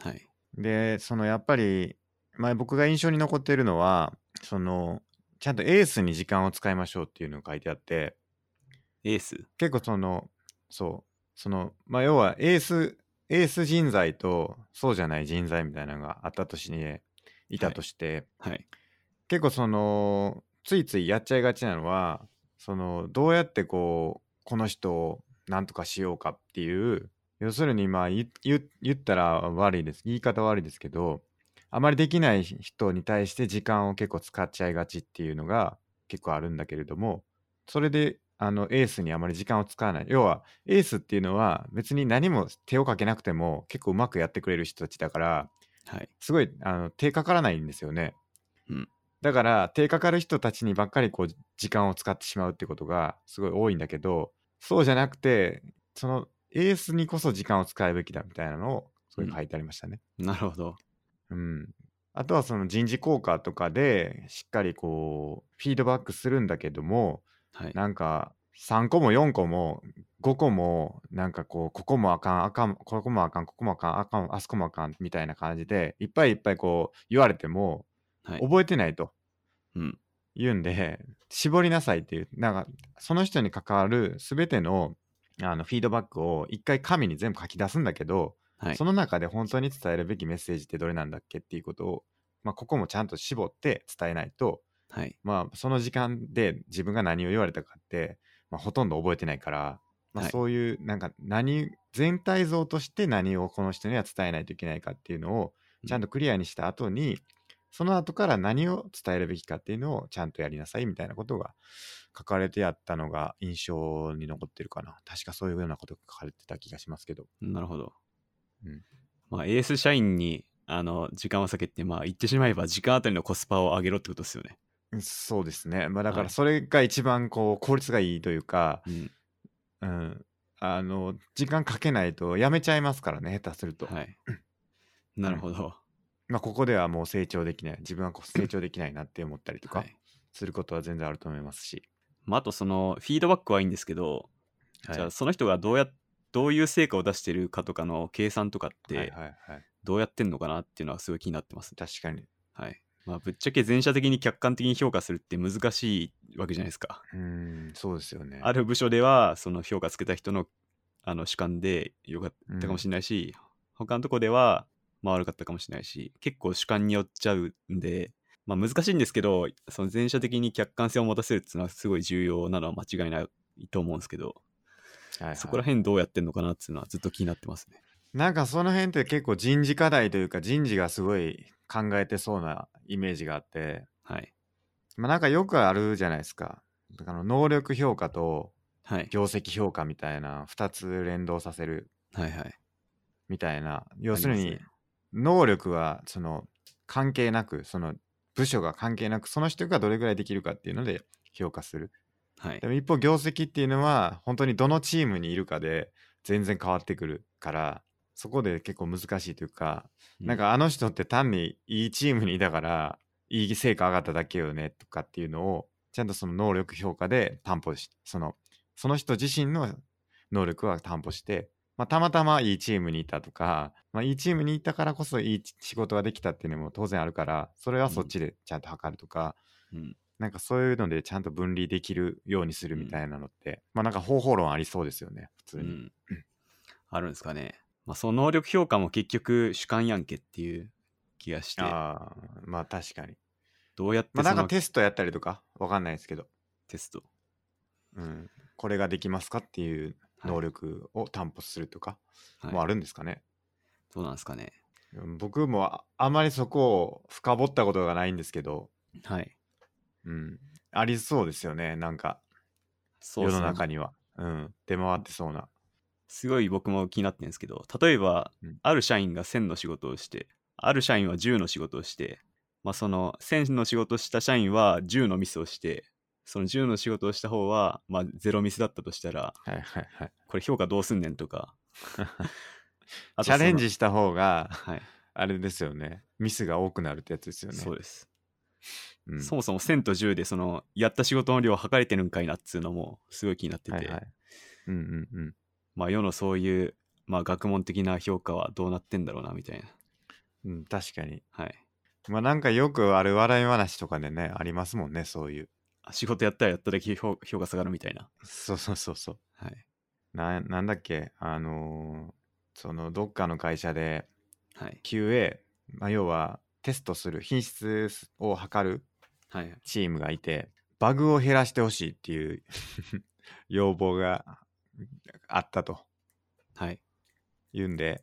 S2: はい。
S1: でそのやっぱり、まあ、僕が印象に残っているのはそのちゃんとエースに時間を使いましょうっていうのが書いてあって
S2: エース。
S1: 結構そのそうそのまあ要はエースエース人材とそうじゃない人材みたいなのがあったとしていたとして、
S2: はい。
S1: 結構そのついついやっちゃいがちなのはそのどうやってこうこの人をなんとかしようかっていう要するにまあ言言言ったら悪いです言い方悪いですけどあまりできない人に対して時間を結構使っちゃいがちっていうのが結構あるんだけれどもそれであのエースにあまり時間を使わない要はエースっていうのは別に何も手をかけなくても結構うまくやってくれる人たちだから
S2: はい。
S1: すごいあの手かからないんですよね。
S2: うん
S1: だから手かかる人たちにばっかりこう時間を使ってしまうってことがすごい多いんだけどそうじゃなくてそのエースにこそ時間を使うべきだみたいなのをすごい書いてありましたね。
S2: なるほど。
S1: うん、あとはその人事効果とかでしっかりこうフィードバックするんだけども
S2: はい。
S1: なんか3個も4個も5個もなんかこうここもあかんあかんここもあかんここもあかんあかんあそこもあかんみたいな感じでいっぱいいっぱいこう言われても
S2: はい。
S1: 覚えてないと
S2: うん。
S1: 言うんで絞りなさいっていうなんかその人に関わる全てのあのフィードバックを一回紙に全部書き出すんだけど、
S2: はい
S1: そ。の中で本当に伝えるべきメッセージってどれなんだっけっていうことを、まあ、ここもちゃんと絞って伝えないと、
S2: はい。
S1: まあ、その時間で自分が何を言われたかって、まあ、ほとんど覚えてないから、まあ、
S2: はい
S1: そういうなんか何全体像として何をこの人には伝えないといけないかっていうのを
S2: うん
S1: ちゃんとクリアにした後に、その後から何を伝えるべきかっていうのをちゃんとやりなさいみたいなことが書かれてやったのが印象に残ってるかな確かそういうようなことが書かれてた気がしますけど
S2: なるほど。
S1: うん
S2: まあ、エース社員に、あの、時間を避けて、まあ、言ってしまえば、時間あたりのコスパを上げろってことですよね。
S1: そうですねまあだか
S2: は
S1: ら
S2: い
S1: それが一番こう効率がいいというか、
S2: うん。
S1: うん、あの時間かけないとやめちゃいますからね下手すると、
S2: はい。なるほど。
S1: まあ、ここではもう成長できない自分はこう成長できないなって思ったりと
S2: は
S1: か
S2: い。
S1: することは全然あると思いますし、
S2: まあ、あと、その、フィードバックはいいんですけど、
S1: はい、
S2: じゃあ、その人がどうや、どういう成果を出してるかとかの計算とかっ
S1: はい
S2: て、
S1: はいはい
S2: どうやってんのかなっていうのはすごい気になってます。
S1: 確かに
S2: はい。まあ、ぶっちゃけ全社的に客観的に評価するって難しいわけじゃないですか。
S1: うーんそうですよね
S2: ある部署では、その評価つけた人のあの主観で良かったかもしれないし、他のとこでは、まあ悪かったかもしれないし、結構主観によっちゃうんで、まあ難しいんですけど、その全社的に客観性を持たせるっていうのはすごい重要なのは間違いないと思うんですけど、
S1: はいはい
S2: そこら辺どうやってんのかなっていうのはずっと気になってますね。
S1: なんかその辺って結構人事課題というか人事がすごい考えてそうなイメージがあって
S2: はい。
S1: まあなんかよくあるじゃないですかだから能力評価と
S2: はい。
S1: 業績評価みたいな2つ連動させる
S2: はいはい。
S1: みたいな要する
S2: あり
S1: に
S2: ますね
S1: 能力はその関係なくその部署が関係なくその人がどれぐらいできるかっていうので評価する
S2: はい
S1: で。も一方業績っていうのは本当にどのチームにいるかで全然変わってくるからそこで結構難しいというか、なんかあの人って単にいいチームにいたからいい成果上がっただけよねとかっていうのをちゃんとその能力評価で担保しそのその人自身の能力は担保して、まあ、たまたまいいチームにいたとか、まあ、いいチームにいたからこそいい仕事ができたっていうのも当然あるからそれはそっちでちゃんと測るとか、
S2: うん、
S1: なんかそういうのでちゃんと分離できるようにするみたいなのって、まあなんか方法論ありそうですよね普通
S2: う
S1: に、
S2: ん、あるんですかね。まあ、その能力評価も結局主観やんけっていう気がして、
S1: ああまあ確かに
S2: どうやって
S1: まあ
S2: そ
S1: なんか
S2: の
S1: テストやったりとかわかんないですけど、
S2: テスト。
S1: うん、これができますかっていう
S2: はい
S1: 能力を担保するとか
S2: はい
S1: もあるんですかね、
S2: どうなんですかね。
S1: うん僕もああまりそこを深掘ったことがないんですけど、
S2: はい。
S1: うん、ありそうですよねなんか
S2: そう
S1: 世
S2: です
S1: の
S2: ね
S1: 中にはうん、出回ってそうな
S2: すごい僕も気になってるんですけど、例えば、
S1: うん
S2: ある社員が1000の仕事をして、ある社員は10の仕事をして、まあ、その1000の仕事をした社員は10のミスをして、その10の仕事をした方は、まあ、0ミスだったとしたら、
S1: はいはいはい
S2: これ評価どうすんねんと か。あと
S1: チ
S2: その
S1: ャレンジした方が
S2: はい、
S1: あれですよねミスが多くなるってやつですよね
S2: そうです。
S1: うん
S2: そもそも1000と10で、その、やった仕事の量を測れてるんかいなっつうのも、すごい気になってて、
S1: はいはい、うんうんうん
S2: まあ、世のそういう、まあ、学問的な評価はどうなってんだろうな、みたいな。
S1: うん、確かに。
S2: はい。
S1: まあなんかよくある笑い話とかでね、ありますもんね、そういう。
S2: あ仕事やったらやっただけ評評価下がるみたいな。
S1: そうそうそうそう。
S2: はい。
S1: ななんだっけ、あのーそのどっかの会社で
S2: はい。
S1: QA、まあ、要はテストする、品質を測る
S2: はい。
S1: チームがいて、バグを減らしてほしいっていう 要望があったと
S2: はい。
S1: いうんで、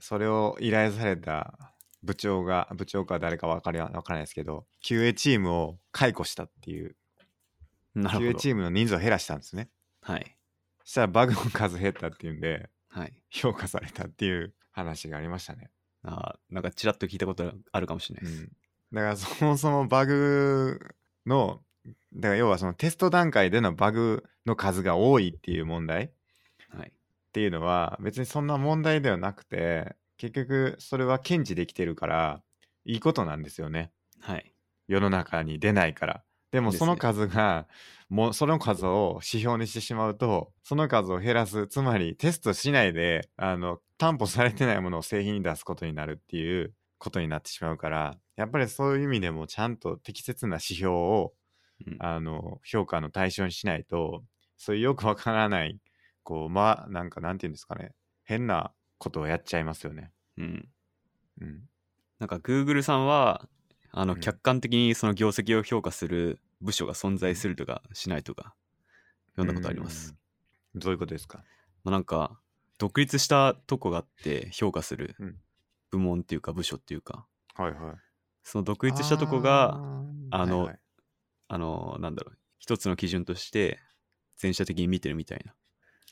S1: それを依頼された部長が、部長か誰か分かりわからないですけど、QA チームを解雇したっていう
S2: なるほ
S1: QA
S2: ど。
S1: チームの人数を減らしたんですね。
S2: はい。
S1: そしたらバグの数減ったっていうんで、
S2: はい。
S1: 評価されたっていう話がありましたね。
S2: あーなんかちらっと聞いたことあるかもしれないうです。
S1: ん、だからそもそもバグの、だから要はそのテスト段階でのバグの数が多いっていう問題っ
S2: はい。
S1: ていうのは、別にそんな問題ではなくて、結局それは検知できてるから、いいことなんですよね。
S2: はい。
S1: 世の中に出ないから。でも
S2: ですね
S1: その数が、もうその数を指標にしてしまうと、その数を減らす、つまりテストしないで、あの、担保されてないものを製品に出すことになるっていうことになってしまうから、やっぱりそういう意味でもちゃんと適切な指標を、
S2: うん
S1: あの、評価の対象にしないと、そういうよくわからない、こう、まあ、なんかなんていうんですかね、変なことをやっちゃいますよね。
S2: うん。
S1: うん。
S2: なんか Google さんは、あ
S1: う
S2: の、
S1: ん
S2: 客観的にその業績を評価する部署が存在するとかしないとか、読んだことあります。
S1: うん。どういうことですか
S2: まあ、なんか、独立したとこがあって評価する
S1: うん
S2: 部門っていうか部署っていうか、
S1: はいはい。
S2: その独立したとこが、
S1: ー
S2: あの
S1: はいはい
S2: あの、なんだろう、一つの基準として、全社的に見てるみたいな。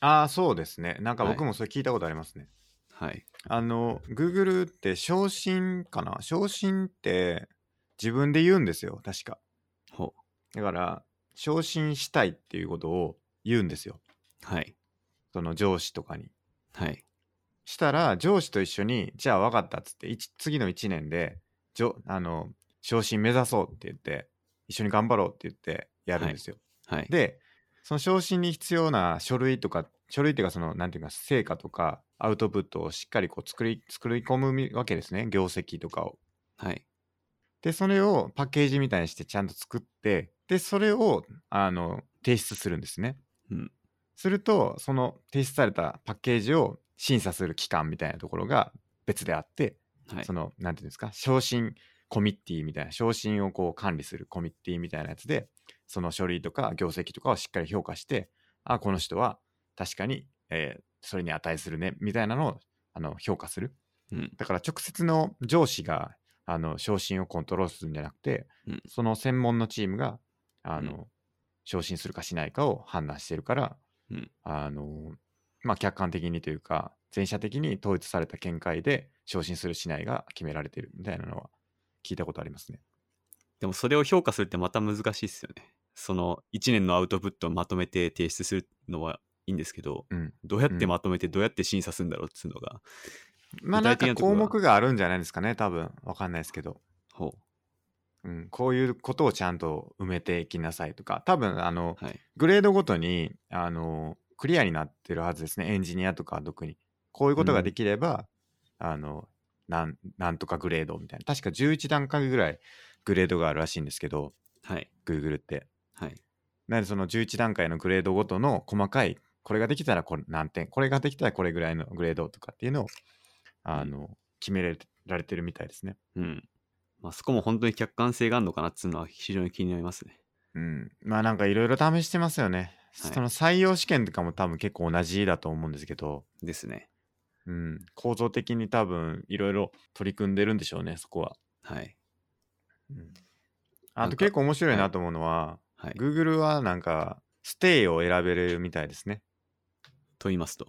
S1: ああ、そうですね。なんか
S2: はい
S1: 僕もそれ聞いたことありますね。
S2: はい。
S1: あの、Google って昇進かな昇進って自分で言うんですよ、確か。
S2: ほ
S1: だから、昇進したいっていうことを言うんですよ。
S2: う。はい。
S1: その上司とかに。
S2: はい。
S1: したら、上司と一緒に、じゃあ分かったっつって、一次の1年で、じょあの、昇進目指そうって言って、一緒に頑張ろうって言ってやるんですよ。
S2: はい。
S1: でその昇進に必要な書類とか書類っていうかそのなんていうか成果とかアウトプットをしっかりこう作り作り込むわけですね業績とかを。
S2: はい。
S1: でそれをパッケージみたいにしてちゃんと作ってでそれをあの提出するんですね。
S2: うん
S1: するとその提出されたパッケージを審査する機関みたいなところが別であって
S2: はい
S1: そ。の、なんていうんですか、昇進コミッティみたいな、昇進をこう管理するコミッティみたいなやつで、その書類とか業績とかをしっかり評価して、あ、この人は確かに、えーそれに値するね、みたいなのをあの評価する。
S2: うん。
S1: だから直接の上司があの昇進をコントロールするんじゃなくて、
S2: うん
S1: その専門のチームがあの、
S2: う
S1: 昇進するかしないかを判断してるから、
S2: うん
S1: あのまあ、客観的にというか全社的に統一された見解で昇進するしないが決められてるみたいなのは聞いたことありますね。
S2: でもそれを評価するってまた難しいっすよね。その1年のアウトプットをまとめて提出するのはいいんですけど、
S1: うん
S2: どうやっ
S1: う
S2: て
S1: ん
S2: まとめてどうやって審査するんだろうっていうのが、
S1: まあ
S2: 具
S1: なん
S2: 体的
S1: か
S2: なところ
S1: 項
S2: は
S1: 目があるんじゃないですかね多分わかんないですけど、
S2: ほ
S1: うん、こういうことをちゃんと埋めていきなさいとか多分あの
S2: うはい
S1: グレードごとにあのクリアになってるはずですねエンジニアとかは特にこういうことができれば、あのなんなんとかグレードみたいな確か11段階ぐらいグレードがあるらしいんですけど
S2: はい
S1: Google って
S2: はい
S1: なのでその11段階のグレードごとの細かいこれができたらこれ何点これができたらこれぐらいのグレードとかっていうのをあの、決められてられてるみたいですね。
S2: うんまあそこも本当に客観性があるのかなっていうのは非常に気になりますね
S1: うん、まあなんかいろいろ試してますよね。
S2: はい
S1: その採用試験とかも多分結構同じだと思うんですけど、
S2: ですね
S1: うん、構造的に多分いろいろ取り組んでるんでしょうねそこは。
S2: はい
S1: うん
S2: な
S1: あ
S2: ん
S1: と
S2: か
S1: 結構面白い
S2: は
S1: ないと思うのは、
S2: はい
S1: Google はなんかステイを選べるみたいですね。
S2: と言いますと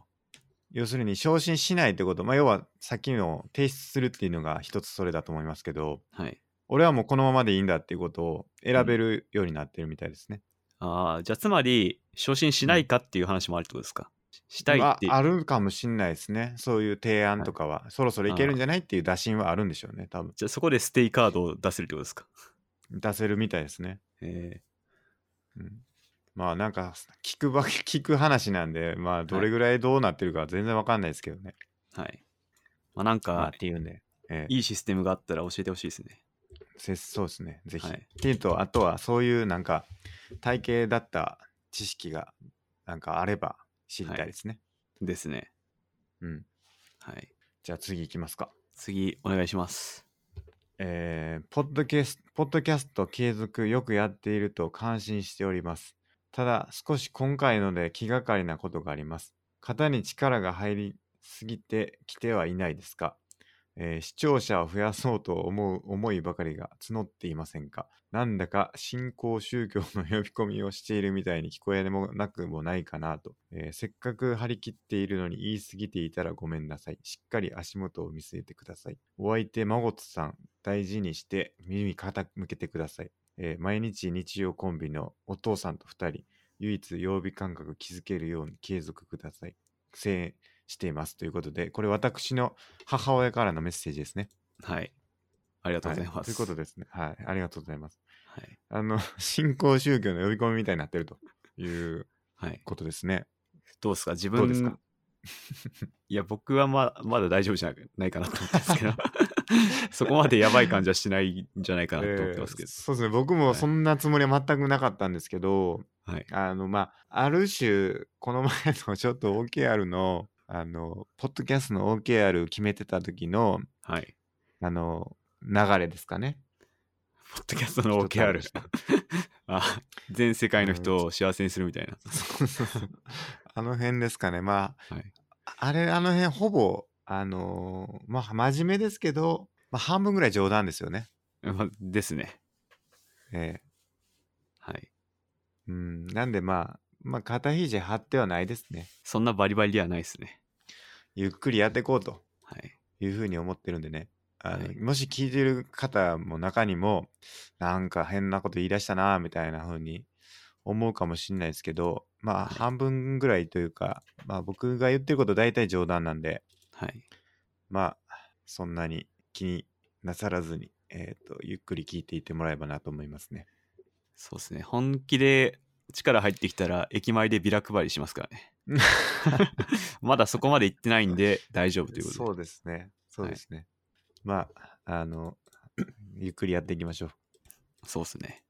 S1: 要するに昇進しないってこと、まあ、要はさっきの提出するっていうのが一つそれだと思いますけど
S2: はい
S1: 俺はもうこのままでいいんだっていうことを選べるようになってるみたいですね。
S2: ああじゃあつまり昇進しないかっていう話もあるってことですか、ししたいっ
S1: ま
S2: て
S1: あ、あるかもしんないですね。そういう提案とかは、そろそろいけるんじゃないっていう打診はあるんでしょうね、多分。
S2: じゃあそこでステイカードを出せるってことですか
S1: 出せるみたいですね。
S2: え
S1: うん、まあなんか聞くば聞く話なんで、まあどれぐらいどうなってるかは全然わかんないですけどね。
S2: ーはいまあなん
S1: まあ
S2: か
S1: っていうんで、ええ
S2: いいシステムがあったら教えてほしいですね
S1: せそうですね、ぜひ。
S2: はい
S1: っていうと、あとはそういうなんか体系だった知識がなんかあれば知りたいですね。
S2: ですね
S1: うん、
S2: はい
S1: じゃあ次行きますか。
S2: 次お願いします
S1: えーポッドキャスポッドキャスト継続よくやっていると感心しております。ただ少し今回ので気がかりなことがあります。肩に力が入りすぎてきてはいないですか、えー視聴者を増やそうと思う思いばかりが募っていませんかなんだか新興宗教の呼び込みをしているみたいに聞こえもなくもないかなと、えーせっかく張り切っているのに言い過ぎていたらごめんなさい。しっかり足元を見据えてください。お相手、まごつさん、大事にして耳傾けてください。えー毎日日曜コンビのお父さんと2人、唯一曜日感覚気づけるように継続ください。声援しています。ということで、これ私の母親からのメッセージですね。
S2: はいありがとうございます、
S1: はということですね。はい。ありがとうございます。
S2: はい
S1: あの、新興宗教の呼び込みみたいになってるという
S2: はい、
S1: ことですね。
S2: どうですか自分
S1: どうですか
S2: いや僕はままだ大丈夫じゃないかなと思ってますけど そこまでやばい感じはしないんじゃないかなと思ってますけ
S1: えー
S2: ど、
S1: そうですね。僕もそんなつもりは全くなかったんですけど、
S2: はい
S1: あの、まあ、ある種、この前のちょっと OKR の、あの、ポッドキャストの OKR 決めてた時の、
S2: はい
S1: あの、流れですかね。
S2: ポッドキャストの OKR
S1: ちょっと
S2: あ全世界の人を幸せにするみたいな、
S1: そうそうそう あの辺ですかね。まあ、
S2: はい
S1: あれ、あの辺、ほぼ、あのーまあ、真面目ですけど、まあ、半分ぐらい冗談ですよね。
S2: まあですね
S1: え
S2: はい
S1: えうん。なんで、まあ、まあ、肩肘張ってはないですね。
S2: そんなバリバリではないですね
S1: ゆっくりやっていこうと
S2: はい
S1: いうふうに思ってるんでね。あの
S2: はい
S1: もし聞いてる方も中にも、なんか変なこと言い出したな、みたいな風に思うかもしれないですけど、まあ、
S2: はい
S1: 半分ぐらいというか、まあ、僕が言ってること大体冗談なんで、
S2: はい
S1: まあ、そんなに気になさらずに、えっ、と、ゆっくり聞いていってもらえばなと思います ね。
S2: そうですね本気で力入ってきたら駅前でビラ配りしますから ねまだそこまで行ってないんで大丈夫ということで
S1: そうですね。そうですね。まあ、あの、ゆっくりやっていきましょう。
S2: そうですね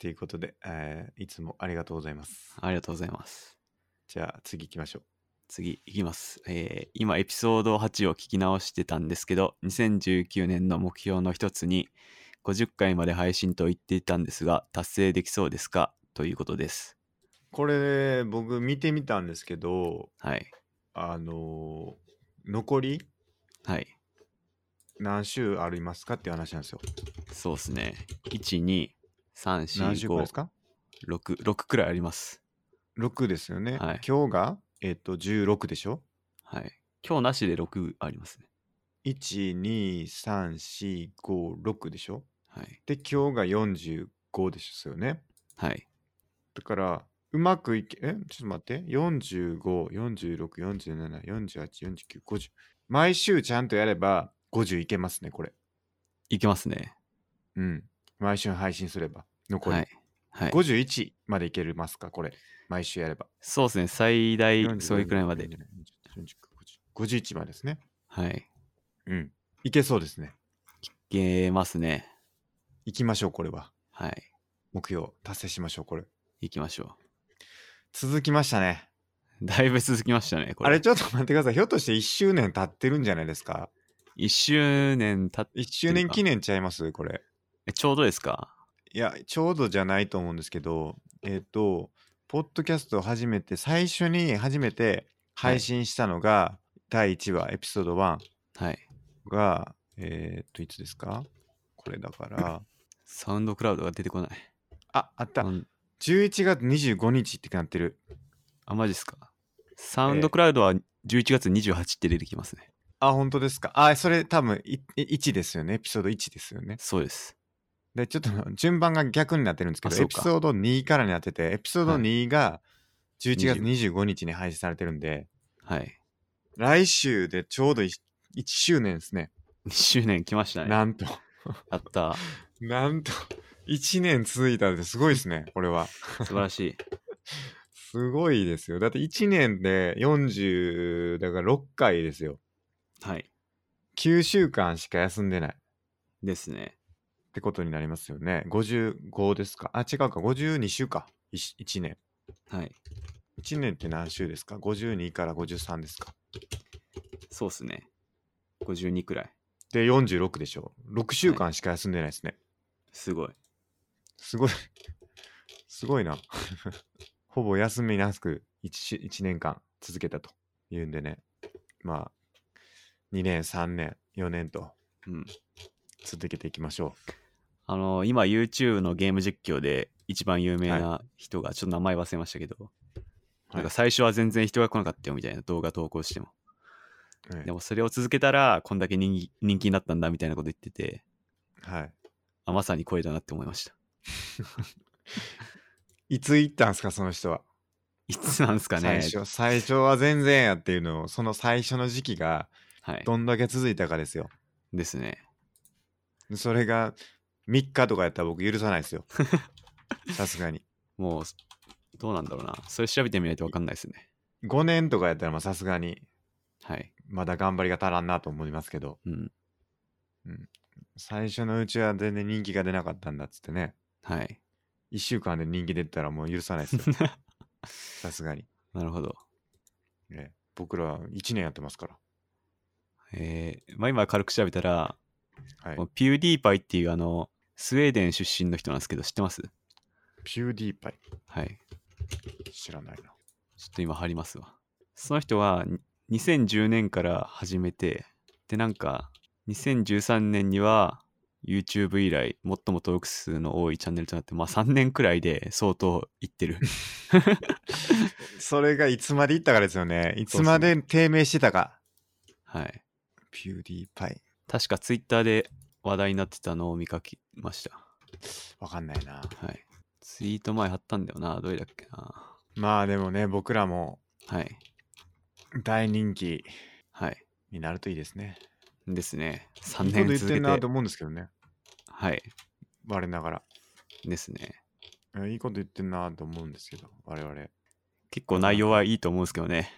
S1: ということで、えーいつもありがとうございます。
S2: ありがとうございます
S1: じゃあ、次行きましょう。
S2: 次いきます、えー今エピソード8を聞き直してたんですけど2019年の目標の一つに50回まで配信と言っていたんですが達成できそうですかということです
S1: これ、僕見てみたんですけど、
S2: はい
S1: あのー残り
S2: はい
S1: 何週ありますかっていう話なんですよ。
S2: そうですね12345
S1: 何週くらいですか
S2: 6 6くらいあります
S1: 6ですよね。
S2: はい
S1: 今日が、えっ、と、16でしょ
S2: はい今日なしで6ありますね
S1: ?1,2,3,4,5,6でしょ
S2: はい
S1: で、今日が45ですよね。
S2: はい
S1: だから、うまくいけ、えちょっと待って。45、46、47、48、49、50。毎週ちゃんとやれば50いけますね、これ。
S2: いけますね。
S1: うん。毎週配信すれば。残り。
S2: はい。はい、
S1: 51までいけますか、これ。毎週やれば。
S2: そうですね、最大
S1: 45
S2: それくらいまで。。
S1: 49 49 50 51までですね。
S2: はい。
S1: うん。いけそうですね。
S2: いけますね。
S1: 行きましょう、これは。
S2: はい。
S1: 目標、達成しましょう、これ。
S2: 行きましょ
S1: 続きましたね。
S2: う。 だいぶ続きましたね、これ。
S1: あれ、ちょっと待ってください。ひょっとして1周年経ってるんじゃないですか
S2: ?1 周年たっ
S1: ?1 周年記念ちゃいますこれ。
S2: えちょうどですか
S1: いや、ちょうどじゃないと思うんですけど、えっ、と、ポッドキャストを初めて、最初に初めて配信したのが、第1話、エピソード1
S2: はい。
S1: が、えっ、と、いつですかこれだから、
S2: サウンドクラウドが出てこない。
S1: あ、あった
S2: う。ん
S1: 11月25日ってなってる。
S2: あ、マジっすか。サウンドクラウドは11月28って出てきますね。
S1: あ、本当ですか。あ、それ多分いい1ですよね。エピソード1ですよね。
S2: そうです。
S1: で、ちょっと順番が逆になってるんですけ
S2: あ
S1: ど、
S2: そう
S1: エ
S2: か
S1: ピソード2からになってて、エピソード
S2: はい
S1: 2が11月25日に配信されてるんで、
S2: はい。
S1: 来週でちょうど 1, 周年ですね。
S2: 2周年来ましたね。
S1: なんと、
S2: や った。
S1: なんと、1年続いたんですごいですね、これは。
S2: 素晴らしい。
S1: すごいですよ。だって1年で40、だから6回ですよ。
S2: はい。
S1: 9週間しか休んでない。
S2: ですね。
S1: ってことになりますよね。55ですかあ、違うか。52週か。1, 年。
S2: はい。
S1: 1年って何週ですか ?52 から53ですか
S2: そうっすね。52くらい。
S1: で、46でしょ。6週間しか休んでないですね。
S2: すごい。
S1: すごい。 すごいな。 ほぼ休みなく 1, 1年間続けたというんでね。まあ、2年、3年、4年と
S2: うん。
S1: 続けていきましょ
S2: あの今 YouTube のゲーム実況で一番有名な人が、ちょっと名前忘れましたけど、
S1: い
S2: なんか最初は全然人が来なかったよみたいな動画投稿しても、
S1: う。はい
S2: で。もそれを続けたらこんだけ人気人気になったんだみたいなこと言ってて
S1: はい
S2: あまさに声だなって思いました
S1: いつ行ったんすか、その人は。
S2: いつなんですかね
S1: 最初、最初は全然やっていうのを、その最初の時期が、
S2: はい
S1: どんだけ続いたかですよ。
S2: ですね
S1: でそれが3日とかやったら僕許さないです よ。さすがに。
S2: もうどうなんだろうなそれ調べてみないと分かんないですね
S1: 5年とかやったらまあさすがに
S2: はい
S1: まだ頑張りが足らんなと思いますけど、
S2: うん
S1: 最初のうちは全然人気が出なかったんだっつってね、
S2: はい
S1: 1週間で人気出たらもう許さない ですよ。さすがに、
S2: なるほど
S1: ね。僕ら1年やってますから。
S2: えーまあ今軽く調べたら、
S1: はい
S2: もう。ピューディーパイっていうあのスウェーデン出身の人なんですけど知ってます
S1: ピューディーパイ。
S2: はい
S1: 知らないな。
S2: ちょっと今貼りますわ。その人はに2010年から始めて、で、なんか2013年には YouTube 以来最も登録数の多いチャンネルとなって、まあ3年くらいで相当いってる。
S1: それがいつまでいったかですよね。いつまで低迷してたか。
S2: はい。
S1: ピューディーパイ。
S2: 確か Twitter で話題になってたのを見かけました。
S1: わかんないな。
S2: はい。ツイート前貼ったんだよな。どれだっけな。
S1: まあでもね、僕らも
S2: はい。
S1: 大人気
S2: はい。
S1: になるといいですね。
S2: ですね。
S1: いいこ
S2: 3
S1: と
S2: 年
S1: 言っ
S2: 続
S1: て
S2: け
S1: んな
S2: て
S1: と。思うんですけどね。
S2: はい。
S1: 我ながら。
S2: ですね。
S1: えいいこと言ってんなと思うんですけど、我々。
S2: 結構内容はいいと思うんですけどね。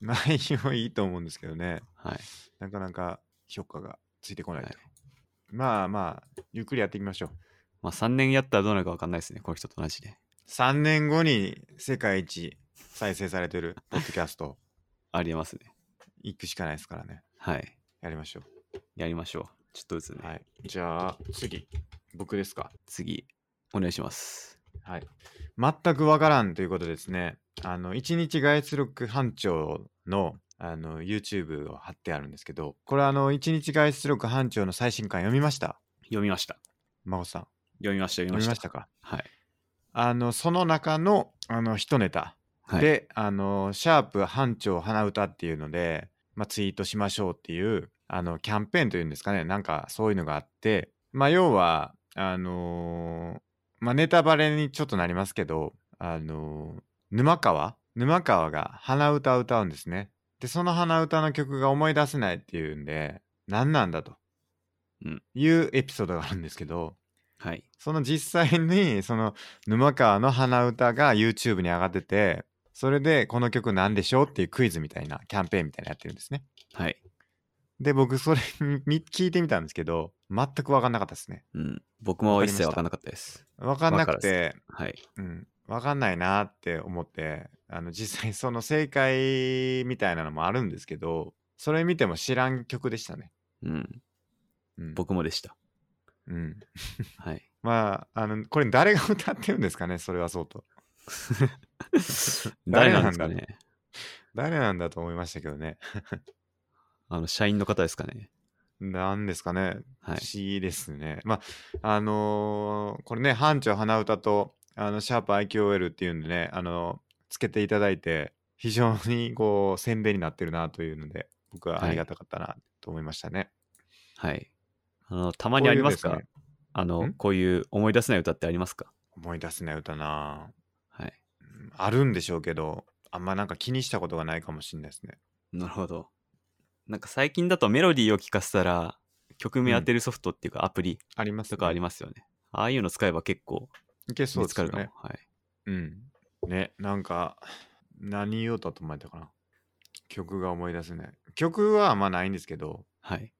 S1: 内容いいと思うんですけどね。
S2: はい。
S1: なかなか評価がついてこないと。
S2: はい
S1: まあまあ、ゆっくりやっていきましょう。
S2: まあ3年やったらどうなるか分かんないですね、この人と同じで。
S1: 3年後に世界一再生されてるポッドキャスト、
S2: ありえますね。
S1: 行くしかないですからね。
S2: はい。
S1: やりましょ
S2: やりましょう。ちょっとずつね。
S1: う。はい。じゃあ、次、僕ですか。
S2: 次、お願いします。
S1: はい。全くわからんということですね。あの、一日外出力班長の、あの、YouTube を貼ってあるんですけど、これあの、一日外出力班長の最新刊読みました
S2: 読みました。
S1: 真帆さん。
S2: 読みました、読み
S1: 読
S2: まし
S1: み
S2: た。
S1: ましたか
S2: はい。
S1: あの、その中の、あの、一ネタ
S2: はい、
S1: で、あの、シャープ班長花歌っていうので、まあ、ツイートしましょうっていう、あの、キャンペーンというんですかね、なんかそういうのがあって、まあ、要は、あのーまあ、ネタバレにちょっとなりますけど、あの沼川沼川が鼻歌を歌うんですね。で、その鼻歌の曲が思い出せないっていうんで、何なんだと
S2: うん
S1: いうエピソードがあるんですけど、
S2: はい。
S1: その実際に その沼川の鼻歌が YouTube に上がっててそれでこの曲なんでしょうっていうクイズみたいなキャンペーンみたいなのやってるんですね
S2: はい。
S1: で僕それみ聞いてみたんですけど全く分かんなかったですね
S2: うん。僕も一切わかんなかったです。
S1: 分かんなくて
S2: はい。
S1: うん分かんないなって思ってあの実際 その正解みたいなのもあるんですけどそれ見ても知らん曲でしたね、
S2: うん。
S1: うん、
S2: 僕もでした。
S1: うん、
S2: はい。
S1: まああのこれ誰が歌ってるんですかねそれはそうと
S2: 誰
S1: 誰
S2: な
S1: なん
S2: んです
S1: だ
S2: かね
S1: 誰なんだと思いましたけどね
S2: あの、社員の方ですかね
S1: なんですかね
S2: はい
S1: 不。思議ですね。まああのーこれね「班長花歌と」あのシャープ IQOL っていうんでね、あのつけていただいて非常にこう宣伝になってるなというので僕はありがたかったなと思いましたね。
S2: はい。あの、たまにありますか
S1: こういうです
S2: あの
S1: ん、
S2: こういう思い出せない歌ってありますか
S1: 思い出せない歌な
S2: はい。
S1: うんあるんでしょうけどあんまなんか気にしたことがないかもしれないですね。
S2: なるほど。なんか最近だとメロディーを聴かせたら、曲名当てるソフトっていうかアプリ
S1: あります
S2: とかありますよね。ああいうの使えば結構
S1: いけそう
S2: 見
S1: で
S2: つ
S1: す
S2: か
S1: よ
S2: るかも。
S1: ね。
S2: はい。
S1: うん。ね、なんか、何言おうと思えたかな。曲が思い出せない。曲はあんまないんですけど、
S2: はい。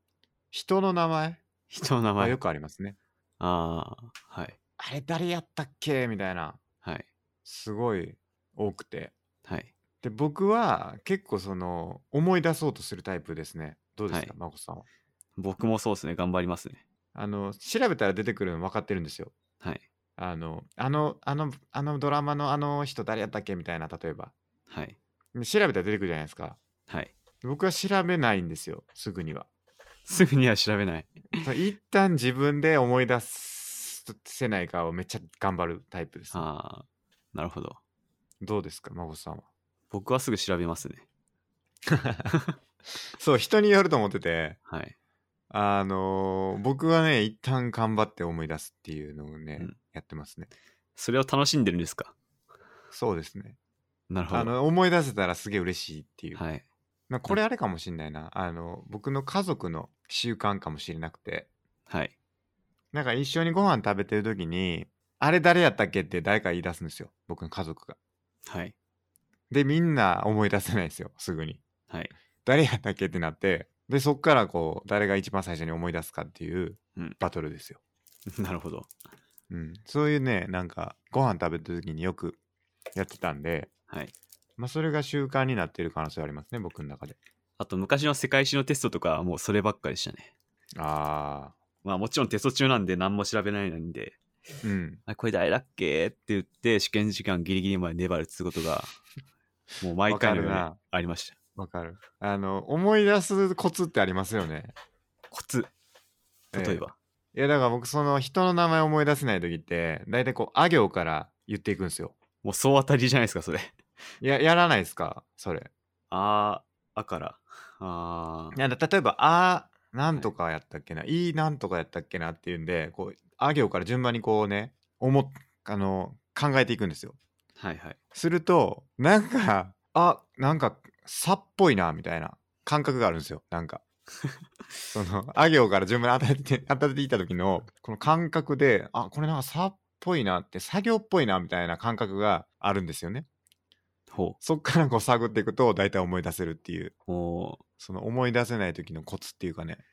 S1: 人の名前
S2: 人の名
S1: は
S2: 前。
S1: よくありますね。
S2: ああ、はい。
S1: あれ誰やったっけみたいな、
S2: はい。
S1: すごい多くて。
S2: はい。
S1: で、僕は結構その、思い出そうとするタイプですね。どうですか、
S2: はい
S1: まこさんは。
S2: 僕もそうですね。頑張りますね。
S1: あの、調べたら出てくるの分かってるんですよ。
S2: はい。
S1: あの、あの、あの、あのドラマのあの人誰やったっけみたいな、例えば。
S2: はい。
S1: で調べたら出てくるじゃないですか。
S2: はい。
S1: 僕は調べないんですよ、すぐには。
S2: すぐには調べない。
S1: そう一旦自分で思い出せないかをめっちゃ頑張るタイプです。
S2: ああ、なるほど。
S1: どうですか、孫さんは。
S2: 僕はすぐ調 べますね。
S1: そう、人によると思ってて、
S2: はい。
S1: あのー僕はね、一旦頑張って思い出すっていうのをね、
S2: うん
S1: やってますね。
S2: それを楽しんでるんですか
S1: そうですね。
S2: なるほ
S1: あ
S2: ど。
S1: の、思い出せたらすげえ嬉しいっていう。
S2: はい。
S1: まあこれあれかもしんないな。あの、僕の家族の習慣かもしれなくて、
S2: はい。
S1: なんか一緒にご飯食べてる時に、あれ誰やったっけって誰か言い出すんですよ。僕の家族が。
S2: はい。
S1: で、みんな思い出せないんですよ、すぐに。
S2: はい。
S1: 誰やったっけってなってでそっからこう誰が一番最初に思い出すかっていう
S2: うん
S1: バトルですよ、
S2: なるほど。
S1: うん、そういうねなんかご飯食べた時によくやってたんで
S2: はい。
S1: まあそれが習慣になってる可能性はありますね僕の中で
S2: あと、昔の世界史のテストとかはもうそればっかりでしたね。
S1: あ
S2: まあもちろんテスト中なんで何も調べないんで、
S1: ーうん
S2: あこれ誰だっけって言って試験時間ギリギリまで粘るってこと が、もう毎回のように
S1: わかるな
S2: ありました。
S1: わかるあの思い出すコツってありますよね
S2: コツ。例えば。
S1: いやだから僕その人の名前思い出せない時って大体こうあ行から言っていくんですよ
S2: もう総当たりじゃないですか、それ。
S1: ややらないですかそれ
S2: あー、あから。あー、
S1: なんだ例えば「あ」なんとかやったっけな「い」なんとかやったっけなっていうんでこうあ行から順番にこうね思っあの考えていくんですよ。
S2: はいはい。
S1: するとなんかあなんか「さ」っぽいなみたいな感覚があるんですよなん か。そのあ行から順番に当たって当たっていった時のこの感覚であこれなんか「さ」っぽいなって作業っぽいなみたいな感覚があるんですよね。
S2: ほ
S1: そっからこう探っていくと大体思い出せるっていう
S2: う。も
S1: その思い出せない時のコツっていうかね
S2: う、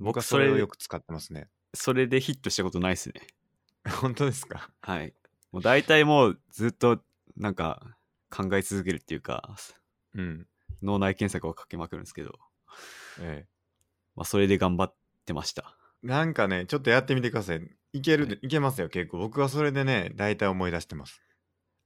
S1: 僕
S2: 僕
S1: は
S2: そ
S1: それを
S2: れ
S1: よ、く使ってますね。
S2: それでヒットしたことないですね。
S1: 本当ですか
S2: はい。もう大体もうずっと、なんか、考え続けるっていうか、
S1: うん。
S2: 脳内検索をかけまくるんですけど、
S1: え
S2: まあそれで頑張ってました。
S1: え。なんかね、ちょっとやってみてください。いけるで、いけますよ、結構。僕はそれでね、大体思い出してます。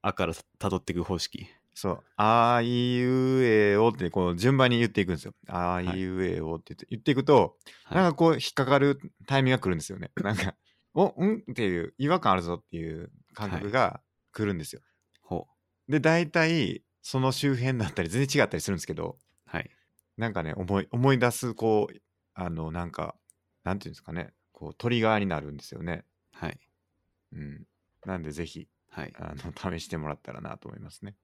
S2: あからたどっていく方式。
S1: そう。あいうえおって、こう、順番に言っていくんですよ。あいうえおって言って言っていくと、
S2: はい
S1: なんかこう、引っかかるタイミングが来るんですよね。なんか、おんっていう、違和感あるぞっていう感覚が来るんですよ。
S2: ほ
S1: で、大体、その周辺だったり、全然違ったりするんですけど、
S2: う。はい。
S1: なんかね、思い思い出す、こう、あの、なんか、なんていうんですかね、こう、トリガーになるんですよね。
S2: はい。
S1: うん。なんで、ぜひ、
S2: はい。
S1: あの試してもらったらなと思いますね。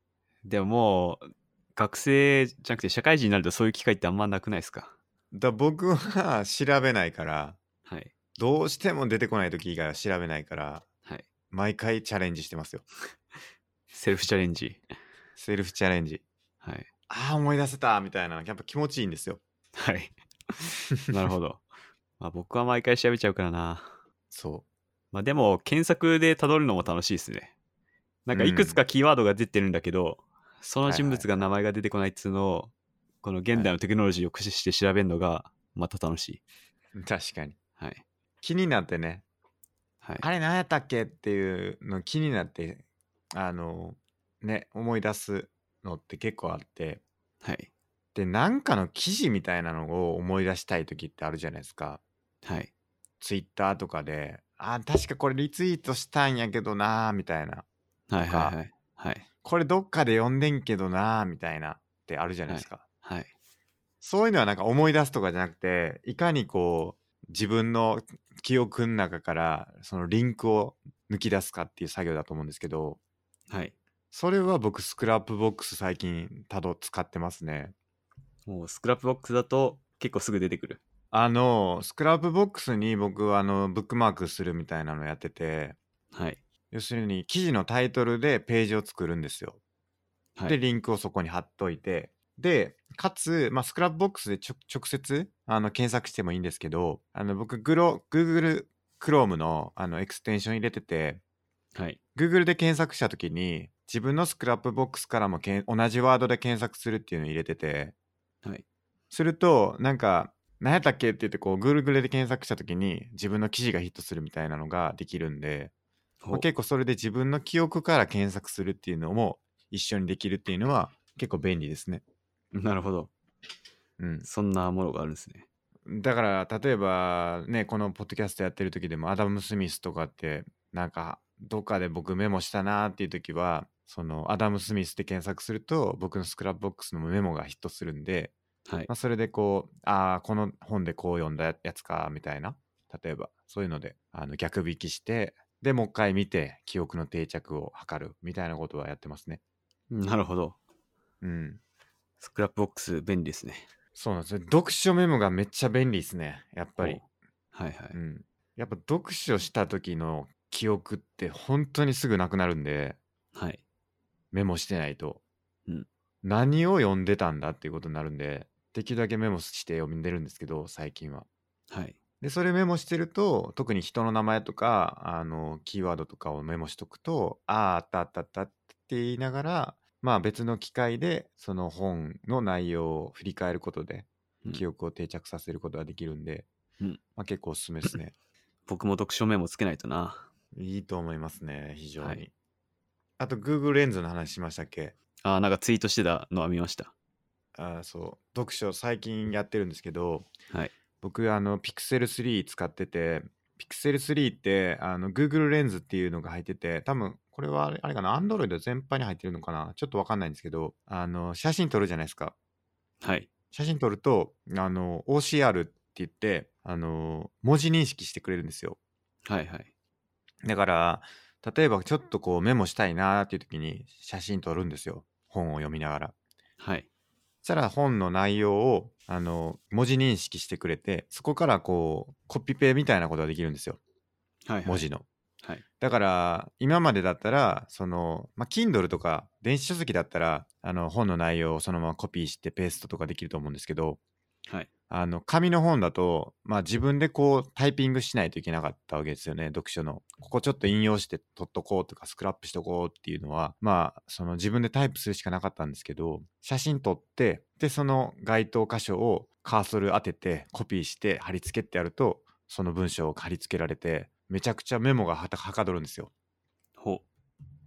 S2: でももう、学生じゃなくて社会人になるとそういう機会ってあんまなくないですか
S1: だ僕は調べないから
S2: はい。
S1: どうしても出てこない時以外は調べないから
S2: はい。
S1: 毎回チャレンジしてますよ。
S2: セルフチャレンジ。
S1: セルフチャレンジ。
S2: はい。
S1: ああ思い出せたみたいなやっぱ気持ちいいんですよ。
S2: はい。 なるほど。まあ僕は毎回調べちゃうからな。
S1: そ
S2: まあでも、検索で辿るのも楽しいですね。なんか
S1: うん
S2: いくつかキーワードが出てるんだけど、その
S1: はいはい
S2: 人物が名前が出てこないっつうのを、この現代のテクノロジーを駆使して調べるのが、また楽しい。
S1: う 確かに
S2: はい。
S1: 気になってね
S2: はい。
S1: あれ何やったっけっていうの気になってあのね思い出すのって結構あって
S2: はい。
S1: でなんかの記事みたいなのを思い出したい時ってあるじゃないですか
S2: はい。
S1: ツイッターとかであ確かこれリツイートしたんやけどなーみたいな
S2: はい。はい。はい。はい。
S1: これどっかで読んでんけどなーみたいなってあるじゃないですか、
S2: はい。
S1: そういうのはなんか思い出すとかじゃなくていかにこう自分の記憶の中からそのリンクを抜き出すかっていう作業だと思うんですけど、
S2: はい。
S1: それは僕スクラップボックス最近たど使ってますね。
S2: もうスクラップボックスだと結構すぐ出てくる。
S1: あのスクラップボックスに僕あのブックマークするみたいなのやってて
S2: はい。
S1: 要するに記事のタイトルでページを作るんですよ。
S2: は
S1: で
S2: い。
S1: リンクをそこに貼っといてでかつ、まあ、スクラップボックスでちょ直接あの検索してもいいんですけどあの僕グロ Google Chrome のあのエクステンション入れてて
S2: はい。
S1: Google で検索した時に自分のスクラップボックスからもけん同じワードで検索するっていうのを入れてて
S2: はい。
S1: するとなんか何やったっけって言ってこう Google で検索した時に自分の記事がヒットするみたいなのができるんで、まあ
S2: ほう
S1: 結構それで自分の記憶から検索するっていうのも一緒にできるっていうのは結構便利ですね。
S2: なるほど。
S1: うん、
S2: そんなものがあるんですね。
S1: だから例えばねこのポッドキャストやってる時でもアダム・スミスとかってなんかどっかで僕メモしたなーっていう時はそのアダム・スミスで検索すると僕のスクラップボックスのメモがヒットするんで、
S2: はい
S1: ま。あ、それでこうああこの本でこう読んだやつかみたいな例えばそういうのであの逆引きしてでもう一回見て記憶の定着を図るみたいなことはやってますね。
S2: なるほど。
S1: うん
S2: スクラップボックス便利ですね。
S1: そうなんですよ読書メモがめっちゃ便利ですねやっぱり。
S2: ほう。はいはい。
S1: うん、やっぱ読書した時の記憶って本当にすぐなくなるんで
S2: はい。
S1: メモしてないと、
S2: うん
S1: 何を読んでたんだっていうことになるんでできるだけメモして読んでるんですけど最近は。
S2: はい。
S1: でそれメモしてると特に人の名前とかあのキーワードとかをメモしとくとあああったあったあったって言いながらまあ別の機会でその本の内容を振り返ることで
S2: うん
S1: 記憶を定着させることができるんで、
S2: うん
S1: まあ、結構おすすめですね。
S2: 僕も読書メモつけないとな。
S1: いいと思いますね、非常に。
S2: はい
S1: あと、Google レンズの話しましたっけ
S2: あーなんかツイートしてたのは見ました。
S1: あーそう、読書、最近やってるんですけど、
S2: はい。
S1: 僕、あの、Pixel 3使ってて、Pixel 3って、あの、Google レンズっていうのが入ってて、多分、これはあれあれかな、Android 全般に入ってるのかなちょっとわかんないんですけど、あの、写真撮るじゃないですか。
S2: はい。
S1: 写真撮ると、あの、OCR って言って、あの、文字認識してくれるんですよ。
S2: はいはい。
S1: だから例えばちょっとこうメモしたいなーっていう時に写真撮るんですよ本を読みながら。
S2: はい。
S1: そしたら本の内容をあの文字認識してくれてそこからこうコピペみたいなことができるんですよ
S2: はい、はい。
S1: 文。字の。
S2: はい。
S1: だから今までだったらその、まあ、Kindle とか電子書籍だったらあの本の内容をそのままコピーしてペーストとかできると思うんですけど
S2: はい。
S1: あの紙の本だと、まあ、自分でこうタイピングしないといけなかったわけですよね読書のここちょっと引用して取っとこうとかスクラップしとこうっていうのはまあその自分でタイプするしかなかったんですけど写真撮ってでその該当箇所をカーソル当ててコピーして貼り付けってやるとその文章を貼り付けられてめちゃくちゃメモがはたはかどるんですよ。
S2: ほう。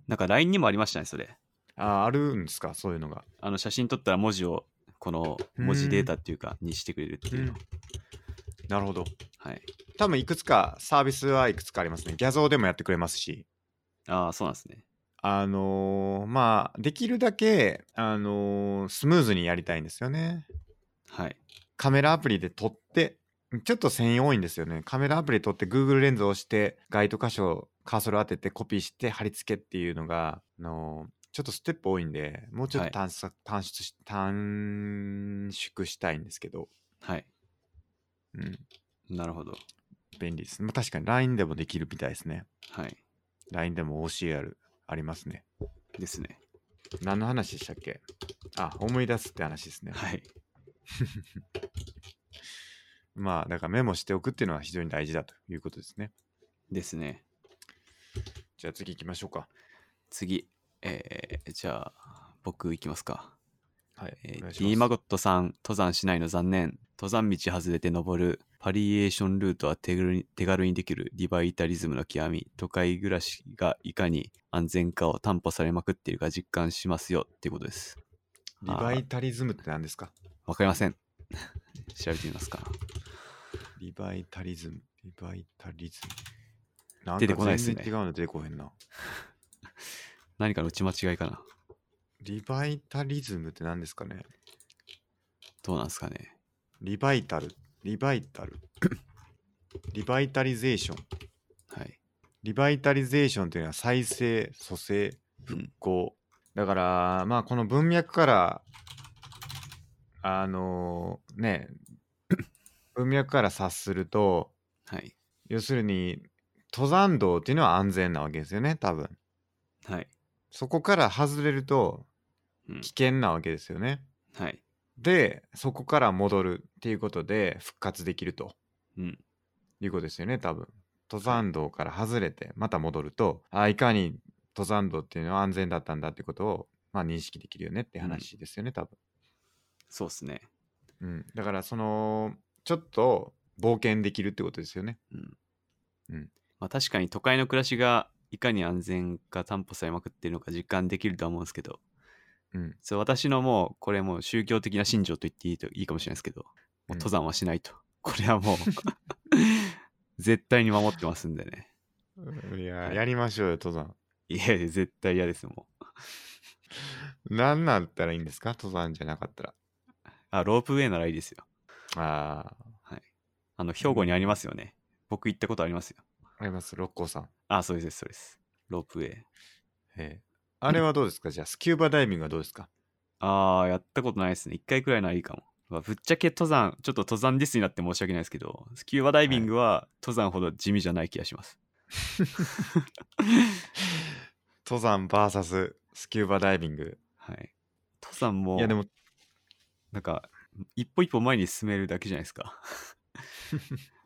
S2: なんか LINE にもありましたね、それ。
S1: あーあるんですかそういうのが。
S2: あの写真撮ったら文字を、この文字データっていうか、にしてくれるっていうの。
S1: なるほど。
S2: はい。
S1: 多分いくつかサービスはいくつかありますね。ギャゾーでもやってくれますし。
S2: ああ、そうなんですね。
S1: あのーまあできるだけ、あのースムーズにやりたいんですよね。
S2: はい。
S1: カメラアプリで撮ってちょっと繊維多いんですよね。カメラアプリで撮って Google レンズを押して該当箇所カーソル当ててコピーして貼り付けっていうのが、あのちょっとステップ多いんで、もうちょっ
S2: は
S1: と
S2: い
S1: 短縮,、短縮し短縮したいんですけど、
S2: はい。
S1: うん、
S2: なるほど。
S1: 便利です。まあ、確かに LINE でもできるみたいですね。
S2: はい。
S1: LINE でも OCR ありますね。
S2: ですね。
S1: 何の話でしたっけあ、思い出すって話ですね。
S2: はい。
S1: まあ、だからメモしておくっていうのは非常に大事だということですね。
S2: ですね。
S1: じゃあ次行きましょうか。
S2: 次。えー、じゃあ、僕いきますか。
S1: はい。
S2: え
S1: お願い
S2: ー、
S1: し
S2: D
S1: ま
S2: マ
S1: す
S2: ゴットさん、登山しないの残念。登山道外れて登る。パリエーションルートは手軽に手軽にできるリバイタリズムの極み。都会暮らしがいかに安全かを担保されまくっているか実感しますよっていうことです。
S1: リバイタリズムって何ですか
S2: わかりません。 調べてみますか。
S1: リバイタリズム、リバイタリズム。なん
S2: 出てこな
S1: か
S2: いっすね
S1: 全然違うの出てこへんな。
S2: 何かの打ち間違いかな。
S1: リバイタリズムって何ですかね
S2: どうなんですかね。
S1: リバイタル、リバイタ ル。リバイタリゼーション。
S2: はい。
S1: リバイタリゼーションというのは再生、蘇生、
S2: うん。
S1: こう。だから、まあこの文脈から、あの ね、文脈から察すると、
S2: はい。
S1: 要するに登山道っていうのは安全なわけですよね、多分。
S2: はい。
S1: そこから外れると
S2: うん
S1: 危険なわけですよね。
S2: はい。
S1: で、そこから戻るっていうことで復活できると
S2: うん。
S1: いうことですよね、多分。登山道から外れてまた戻ると、あいかに登山道っていうのは安全だったんだってことを、まあ、認識できるよねって話ですよね、多分。
S2: そうっすね。
S1: うん。だから、その、ちょっと冒険できるってことですよね。
S2: うん。
S1: うん
S2: まあ確かに都会の暮らしがいかに安全か担保されまくっているのか実感できるとは思うんですけど、
S1: うん。
S2: そう私のもう、これもう宗教的な信条と言っていいといいかもしれないですけど、もう登山はしないと。 これ はもう、絶対に守ってますんでね。
S1: いや、
S2: はい
S1: やりましょうよ、登山。
S2: いやいや、絶対嫌です、もう。
S1: 何なんだったらいいんですか登山じゃなかったら。
S2: あ、ロープウェイならいいですよ。
S1: ああ、
S2: あの、兵庫にありますよね。僕行ったことありますよ。
S1: あります、六甲さん。
S2: あ、そうです、そうです。ロープウェイ。
S1: ええあれはどうですかじゃあ、スキューバダイビングはどうですか
S2: ああ、やったことないですね。一回くらいならいいかも。まあぶっちゃけ登山、ちょっと登山ディスになって申し訳ないですけど、スキューバダイビングは登山ほど地味じゃない気がします。
S1: 登山 VS スキューバダイビング。
S2: はい。登山も、
S1: いや、でも、
S2: なんか、一歩一歩前に進めるだけじゃないで すか。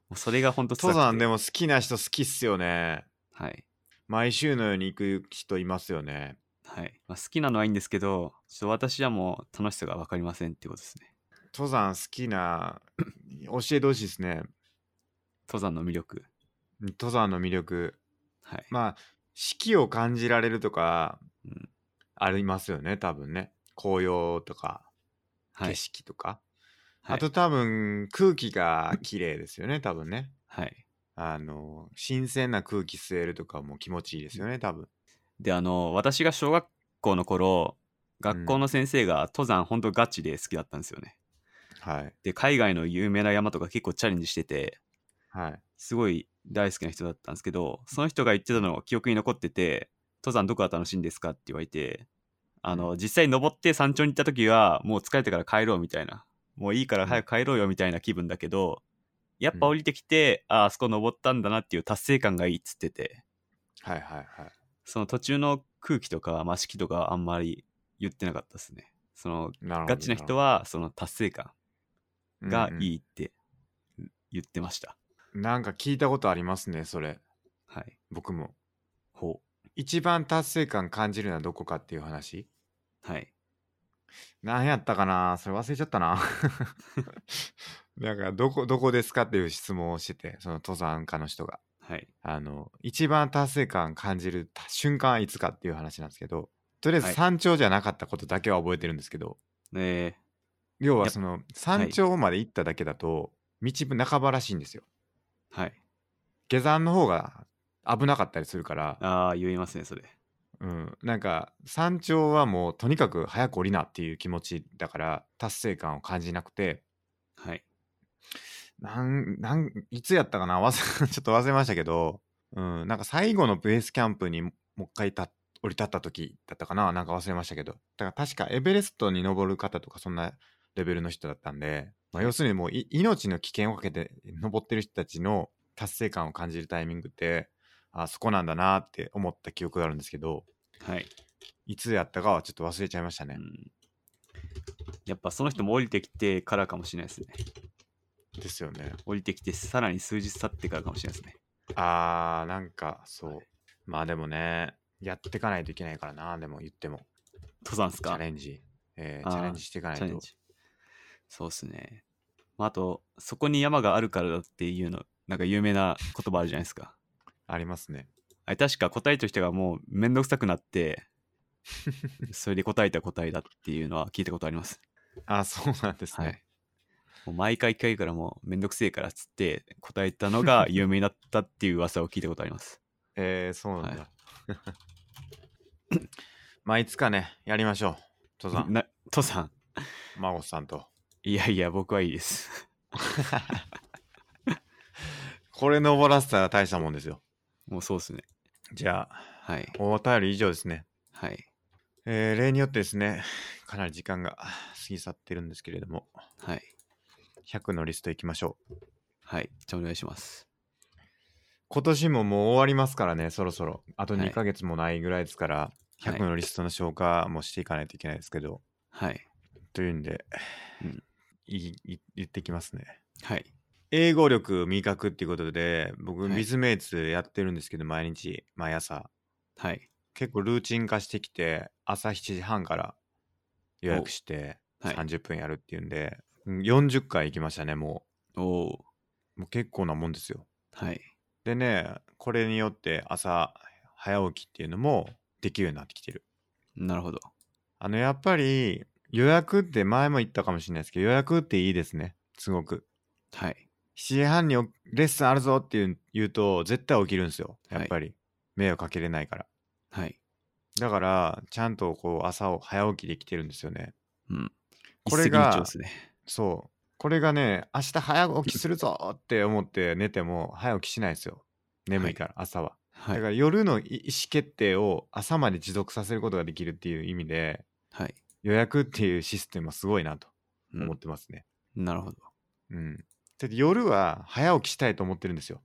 S2: もうそれが本当
S1: 登山で
S2: も。
S1: も好きな人好きっすよね。
S2: はい。
S1: 毎週のように行く人いますよね。
S2: はい。まあ、好きなのはいいんですけど、ちょっと私はもう楽しさが分かりませんってことですね。
S1: 登山好き な、教えてほしいですね。
S2: 登山の魅力。
S1: 登山の魅力。
S2: はい。
S1: まあ、四季を感じられるとか、
S2: うん
S1: ありますよね、多分ね。紅葉とか、
S2: は
S1: 景
S2: い。
S1: 色とか。
S2: はい
S1: あと多分、空気が綺麗ですよね、多分ね。
S2: はい。
S1: あの、新鮮な空気吸えるとかも気持ちいいですよね、多分。
S2: であの私が小学校の頃学校の先生が登山ほんとガチで好きだったんですよね、
S1: はい。
S2: で海外の有名な山とか結構チャレンジしてて
S1: はい。
S2: すごい大好きな人だったんですけどその人が言ってたのが記憶に残ってて「登山どこが楽しいんですか?」って言われてあの実際登って山頂に行った時はもう疲れてから帰ろうみたいなもういいから早く帰ろうよみたいな気分だけどやっぱ降りてきて、ああそこ登ったんだなっていう達成感がいいっつってて
S1: はいはいはい。
S2: その途中の空気とか、まあ、式とかはあんまり言ってなかったですね。その
S1: なるほど。
S2: ガチな人はその達成感が
S1: うんうん
S2: いいって言ってました。
S1: なんか聞いたことありますね、それ。
S2: はい。
S1: 僕も。
S2: ほ
S1: 一番達成感感じるのはどこかっていう話
S2: う。はい。
S1: 何やったかなそれ忘れちゃったな。 なんか、どこ、どこですかっていう質問をしてて、その登山家の人が。
S2: はい。
S1: あの、一番達成感感じる瞬間はいつかっていう話なんですけど、とりあえ
S2: は
S1: ず
S2: い
S1: 山頂じゃなかったことだけは覚えてるんですけど、
S2: え
S1: 要
S2: や
S1: は
S2: っ
S1: その山頂まで行っただけだと道半ばらしいんですよ
S2: ー、はい。
S1: 下山の方が危なかったりするから、
S2: ああ、言いますね、それ。
S1: うん、なんか山頂はもうとにかく早く降りなっていう気持ちだから達成感を感じなくて
S2: はい。
S1: なんなんいつやったかな忘れちょっと忘れましたけどうん、なんか最後のベースキャンプにもう一回た降り立った時だったかななんか忘れましたけどだから確かエベレストに登る方とかそんなレベルの人だったんで、まあ、要するにもうい命の危険をかけて登ってる人たちの達成感を感じるタイミングってあそこなんだなって思った記憶があるんですけど
S2: はい、
S1: いつやったかはちょっと忘れちゃいました
S2: う
S1: ね、
S2: ん、やっぱその人も降りてきてからかもしれないですね
S1: ですよね
S2: 降りてきてさらに数日経ってからかもしれないですね
S1: あーなんかそうまあでもねやってかないといけないからなでも言っても
S2: 登山です
S1: チャ
S2: か
S1: レンジ、えー
S2: あー
S1: チャレンジしていかない
S2: チャレン
S1: と
S2: ジそうっすね、まあ、あとそこに山があるからだっていうのなんか有名な言葉あるじゃないですか
S1: ありますね
S2: あれ確か答えとしてがもうめんどくさくなって それで答えた答えだっていうのは聞いたことあります
S1: あ そうなんですね、
S2: はいもう毎回聞かれるからもうめんどくせえからっつって答えたのが有名になったっていう噂を聞いたことあります
S1: えー、そうなんだ。
S2: は
S1: まあ、いつかね、やりましょう。登山、
S2: な父さん
S1: 孫さんと。
S2: いやいや僕はいいです
S1: これ登らせたら大したもんですよ。
S2: もうそうっすね
S1: じゃあ、
S2: はい
S1: お便り以上ですね。
S2: はい
S1: えー例によってですね、かなり時間が過ぎ去ってるんですけれども、
S2: はい
S1: 100のリストいきましょう。
S2: はいじゃあお願いします
S1: 今年ももう終わりますからね、そろそろ。あと
S2: はい
S1: 2ヶ月もないぐらいですから、
S2: はい
S1: 100のリストの消化もしていかないといけないですけど、
S2: はい
S1: というんで、
S2: うん
S1: いい言ってきますね。
S2: はい
S1: 英語力味覚っていうことで僕
S2: はい
S1: ビズメイツやってるんですけど、毎日毎朝
S2: はい
S1: 結構ルーチン化してきて朝7時半から予約して
S2: おはい
S1: 30分やるっていうんで、うん40回行きましたねも
S2: おお
S1: うもう結構なもんですよ
S2: はい
S1: でねこれによって朝早起きっていうのもできるようになってきてる
S2: なるほど
S1: あのやっぱり予約って前も言ったかもしれないですけど予約っていいですねすごく
S2: はい
S1: 7時半におレッスンあるぞっていう言うと絶対起きるんですよやっぱり、迷惑かけれないから
S2: はい
S1: だからちゃんとこう朝を早起きできてるんですよね
S2: うん
S1: これが
S2: 一石二鳥っすね
S1: そうこれがね明日早起きするぞって思って寝ても早起きしないんですよ眠いから朝は、
S2: は
S1: だ
S2: い
S1: から夜のい意思決定を朝まで持続させることができるっていう意味で
S2: はい、
S1: 予約っていうシステムはすごいなと
S2: う
S1: 思っ
S2: ん、
S1: てますね
S2: なるほど
S1: うん、だって夜は早起きしたいと思ってるんですよ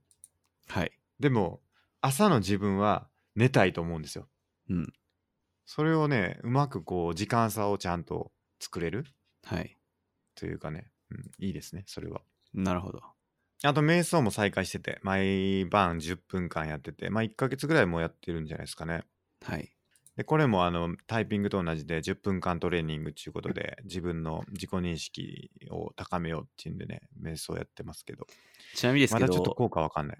S2: はい
S1: でも朝の自分は寝たいと思うんですよ。
S2: うん
S1: それをねうまくこう時間差をちゃんと作れる
S2: はい
S1: というかね、うん、いいですねそれは。
S2: なるほど
S1: あと瞑想も再開してて毎晩10分間やっててまあ1ヶ月ぐらいもうやってるんじゃないですかね。
S2: はい
S1: でこれもあのタイピングと同じで10分間トレーニングっていうことで自分の自己認識を高めようっていうんでね瞑想やってますけど
S2: ちなみにです
S1: ま
S2: け
S1: だ
S2: ど、
S1: ちょっと効果わかんない。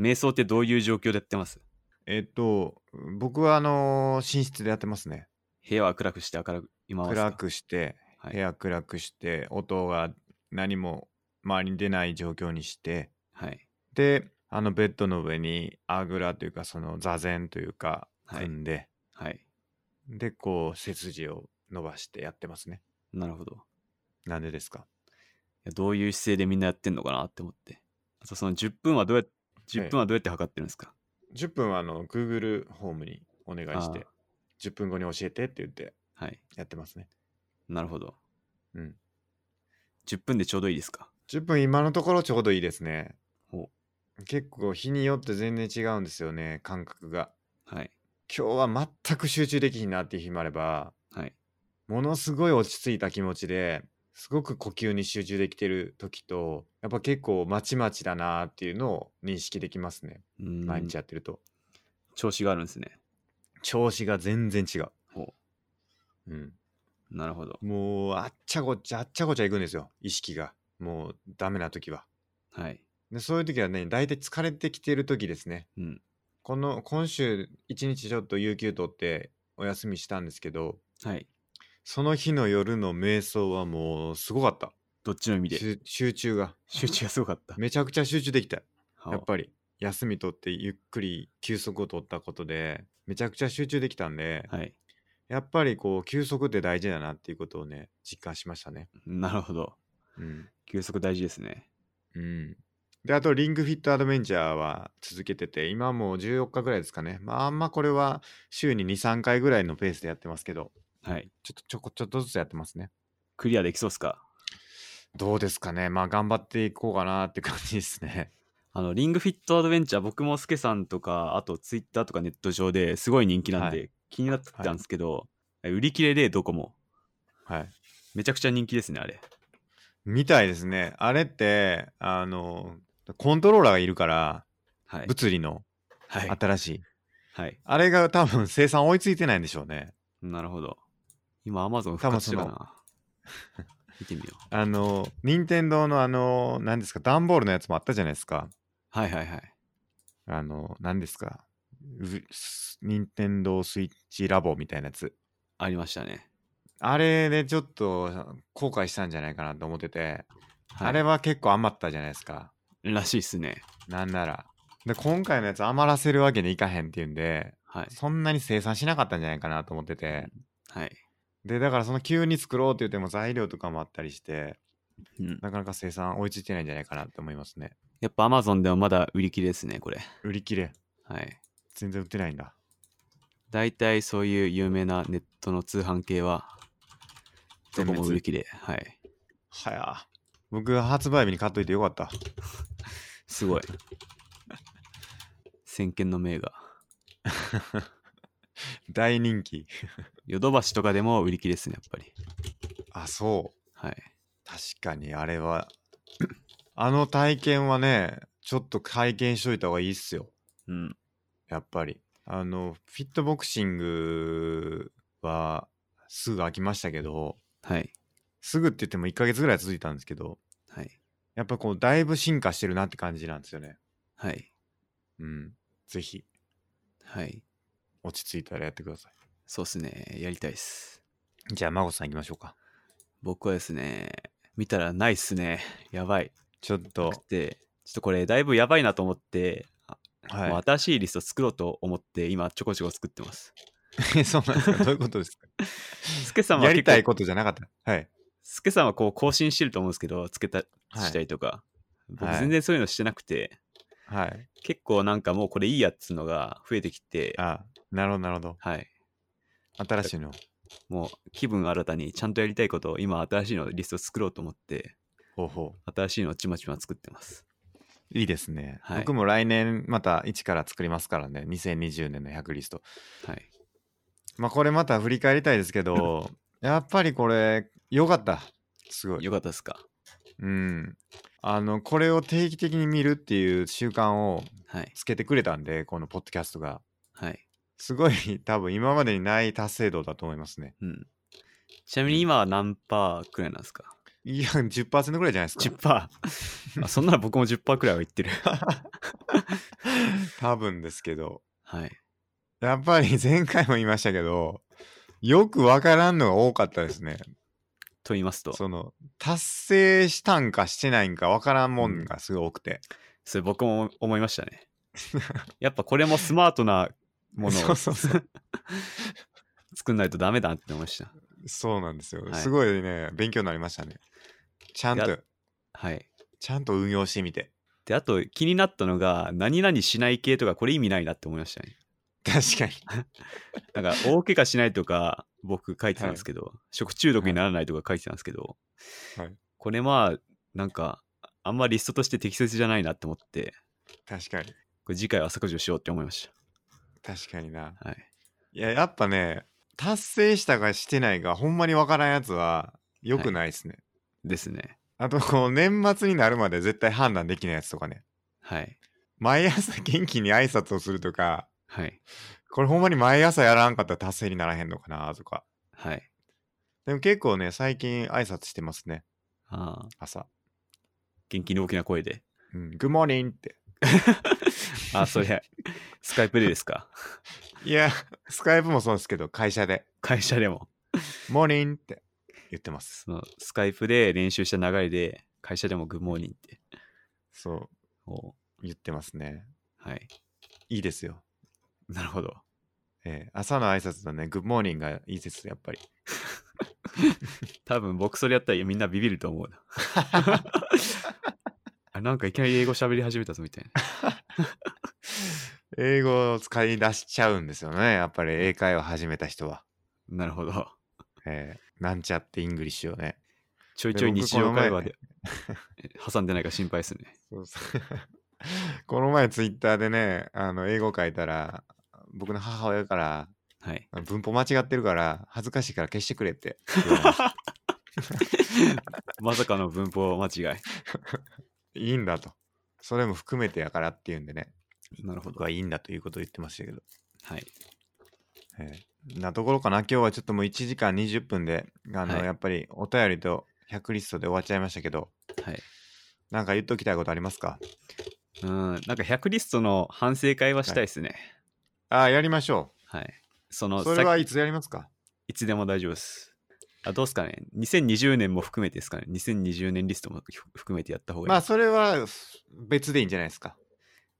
S2: 瞑想ってどういう状況でやってます
S1: えっと僕はあの寝室でやってますね。
S2: 部屋は暗くして明るく今は
S1: 暗くして、
S2: はい
S1: 部屋暗くして音が何も周りに出ない状況にして
S2: はい
S1: であのベッドの上にあぐらというかその座禅というか
S2: はい
S1: 組んで、
S2: はい
S1: でこう背筋を伸ばしてやってますね
S2: なるほどい
S1: なんでですか
S2: やどういう姿勢でみんなやってんのかなって思ってあとその10分はどうや10分はどうやって測ってるんですか、
S1: 10分はあの Google ホームにお願いし
S2: あ
S1: て10分後に教えてって言って
S2: はい
S1: やってますね
S2: なるほど
S1: うん
S2: 10分でちょうどいいですか
S1: 10分今のところちょうどいいですね
S2: ほ
S1: 結構日によって全然違うんですよね感覚が
S2: はい
S1: 今日は全く集中できひんなっていう日もあれば
S2: はい
S1: ものすごい落ち着いた気持ちですごく呼吸に集中できてる時とやっぱ結構まちまちだなっていうのを認識できますね
S2: うーん
S1: 毎日やってると、
S2: 調子があるんですね
S1: 調子が全然違う
S2: ほ、
S1: うん、
S2: なるほど
S1: もうあっちゃこっちゃあっちゃこっちゃいくんですよ意識がもうダメな時は
S2: はい
S1: でそういう時はね大体疲れてきてる時ですね
S2: うん
S1: この今週一日ちょっと有給取ってお休みしたんですけど
S2: はい
S1: その日の夜の瞑想はもうすごかった
S2: どっちの意味で
S1: 集集中が
S2: 集中がすごかった
S1: めちゃくちゃ集中できた
S2: はあ
S1: やっぱり休み取ってゆっくり休息を取ったことでめちゃくちゃ集中できたんで、
S2: はい
S1: やっぱりこう休息って大事だなっていうことをね実感しましたね
S2: なるほど
S1: うん、
S2: 休息大事ですね
S1: うん、で、あと、リングフィットアドベンチャーは続けてて、今もう14日ぐらいですかね。まあ、あんまこれは週に2、3回ぐらいのペースでやってますけど、
S2: はい。
S1: ちょっとちょこちょっとずつやってますね。
S2: クリアできそうっすか
S1: どうですかね。まあ、頑張っていこうかなって感じですね。
S2: あの、リングフィットアドベンチャー、僕もスケさんとか、あとツイッターとかネット上ですごい人気なんで、
S1: は
S2: 気になってたんですけど、売り切れでどこも。
S1: はい。
S2: めちゃくちゃ人気ですね、あれ。
S1: みたいですね。あれって、あの、コントローラーがいるから、
S2: はい。
S1: 物理の
S2: はい。
S1: 新しい。
S2: はい。
S1: あれが多分生産追いついてないんでしょうね。
S2: なるほど。今、アマゾン
S1: 多
S2: 復
S1: 分
S2: 活
S1: そ
S2: して
S1: の
S2: るかな。 見てみよう。
S1: あの、任天堂のあの、何ですか、段ボールのやつもあったじゃないですか。
S2: はいはいはい。
S1: あの、何ですか、うす任天堂スイッチラボみたいなやつ。
S2: ありましたね。
S1: あれでちょっと後悔したんじゃないかなと思ってて、
S2: はい、
S1: あれは結構余ったじゃないですか。
S2: らしいっすね。
S1: なんなら。で、今回のやつ余らせるわけにいかへんっていうんで、
S2: はい。
S1: そんなに生産しなかったんじゃないかなと思ってて。
S2: はい。
S1: で、だからその急に作ろうって言っても材料とかもあったりして、
S2: うん、
S1: なかなか生産追いついてないんじゃないかなって思いますね。
S2: やっぱアマゾンではまだ売り切れですね、これ。
S1: 売り切れ。
S2: はい。
S1: 全然売ってないんだ。
S2: 大体そういう有名なネットの通販系は、どこも売り切れ。はい。
S1: はや。僕、発売日に買っといてよかった。
S2: すごい。 先見の明が。
S1: 大人気。
S2: ヨドバシとかでも売り切れですね、やっぱり。
S1: あ、そう。
S2: はい。
S1: 確かに、あれは。あの体験はね、ちょっと体験しといた方がいいっすよ。
S2: うん。
S1: やっぱり。あの、フィットボクシングは、すぐ飽きましたけど、
S2: はい。
S1: すぐって言っても1ヶ月ぐらい続いたんですけど、
S2: はい。
S1: やっぱこう、だいぶ進化してるなって感じなんですよね。
S2: はい。
S1: うん。ぜひ、
S2: はい。
S1: 落ち着いたらやってください。
S2: そうっすね。やりたいっす。
S1: じゃあ、まこさん行きましょうか。
S2: 僕はですね、見たらないっすね。やばい。
S1: ちょっと
S2: なく、てちょっとこれだいぶやばいなと思って、
S1: はい
S2: もう新しいリスト作ろうと思って今ちょこちょこ作ってます。
S1: えそうなんですかどういう ことですか
S2: スケさんは
S1: や
S2: 結
S1: りたい
S2: 構
S1: ことじゃなかった。はい。
S2: スケさんはこう更新してると思うんですけどつけた
S1: はい
S2: したりとか、僕
S1: はい
S2: 全然そういうのしてなくて、
S1: はい。
S2: 結構なんかもうこれいいやっつうのが増えてきて
S1: あ、なるほど、なるほど。
S2: はい
S1: 新しいの。
S2: もう気分新たにちゃんとやりたいことを今新しいのリスト作ろうと思って
S1: 方法。
S2: 新しいのをちまちま作ってます
S1: いいですね、
S2: はい
S1: 僕も来年また一から作りますからね。2020年の100リスト。
S2: はい
S1: まあこれまた振り返りたいですけ ど、やっぱりこれ、良かった。すごい。
S2: よかったですか
S1: うん。あの、これを定期的に見るっていう習慣を
S2: はい
S1: つけてくれたんで、このポッドキャストが。
S2: はい
S1: すごい 多分今までにない達成度だと思いますね。
S2: うんちなみに今は何パーくらいな んですか
S1: いや、10%ぐらいじゃないですか。
S2: 10%あ そんなら僕も10%くらいは言ってる
S1: 多分ですけど。
S2: はい
S1: やっぱり前回も言いましたけど、よくわからんのが多かったですね。
S2: と言いますとそ
S1: その、達成したんかしてないんかわからんもんがすごい多くて。
S2: れ僕も思いました ねやっぱこれもスマートなもの
S1: そ
S2: を
S1: うそうそ
S2: 作んないとダメだなって思いました
S1: そうなんですよ。
S2: はい
S1: すごいね、勉強になりましたね。ちゃん
S2: い
S1: と
S2: や、はい
S1: ちゃんと運用してみて。
S2: であと気になったのが何々しない系とかこれ意味ないなって思いましたね
S1: 確かに。
S2: なんか大怪我しないとか僕書いてたんですけど、食中毒にならないとか書いてたんですけど、
S1: はい
S2: これまあなんかあんまリストとして適切じゃないなって思って
S1: 確かに。
S2: これ次回は削除しようって思いまし
S1: 確かにな。
S2: たはい
S1: いや、やっぱね、達成したかしてないか、ほんまにわからんやつは、良くないですね。
S2: ですね
S1: あと、こう、年末になるまで絶対判断できないやつとかね。
S2: はい
S1: 毎朝元気に挨拶をするとか、
S2: はい
S1: これほんまに毎朝やらんかったら達成にならへんのかなとか。
S2: はい
S1: でも結構ね、最近挨拶してますね、
S2: ああ
S1: 朝。
S2: 元気に大きな声で
S1: うん、グッモーニンって。
S2: あそれスカイプでですか
S1: いや、 スカイプもそうですけど、会社で、
S2: 会社でも
S1: モーニンって言ってます。
S2: そのスカイプで練習した流れで会社でもグッモーニングって
S1: そう、
S2: おう
S1: 言ってますね。
S2: はい
S1: いいですよ。
S2: なるほど
S1: えー朝の挨拶のね、グッモーニンがいいです、やっぱり。
S2: 多分僕それやったらみんなビビると思うなあれなんかいきなり英語喋り始めたぞみたいな。
S1: 英語を使い出しちゃうんですよね。やっぱり英会話始めた人は。
S2: なるほど。
S1: えーなんちゃってイングリッシュをね。
S2: ちょいちょい日常会話で 挟んでないか心配ですね。
S1: この前ツイッターでね、あの英語書いたら、僕の母親から、
S2: はい。
S1: 文法間違ってるから、恥ずかしいから消してくれって言われま した。
S2: まさかの文法間違
S1: いいんだと。それも含めてやからっていうんでね。
S2: い。なるほ
S1: 僕
S2: ど。
S1: はいいんだということを言ってましたけど。
S2: はい。
S1: えーなところかな今日はちょっともう1時間20分であの、
S2: はい
S1: やっぱりお便りと100リストで終わっちゃいましたけど
S2: はい。
S1: なんか言っときたいことありますか
S2: うん、なんか100リストの反省会はしたいですね。
S1: ああやりましょ
S2: はい。そうの、
S1: それはいいつやりますか
S2: いつでも大丈夫です。あどうですかね ?2020 年も含めてですかね ?2020 年リストもひ含めてやった方がいい。
S1: まあそれは別でいいんじゃないですか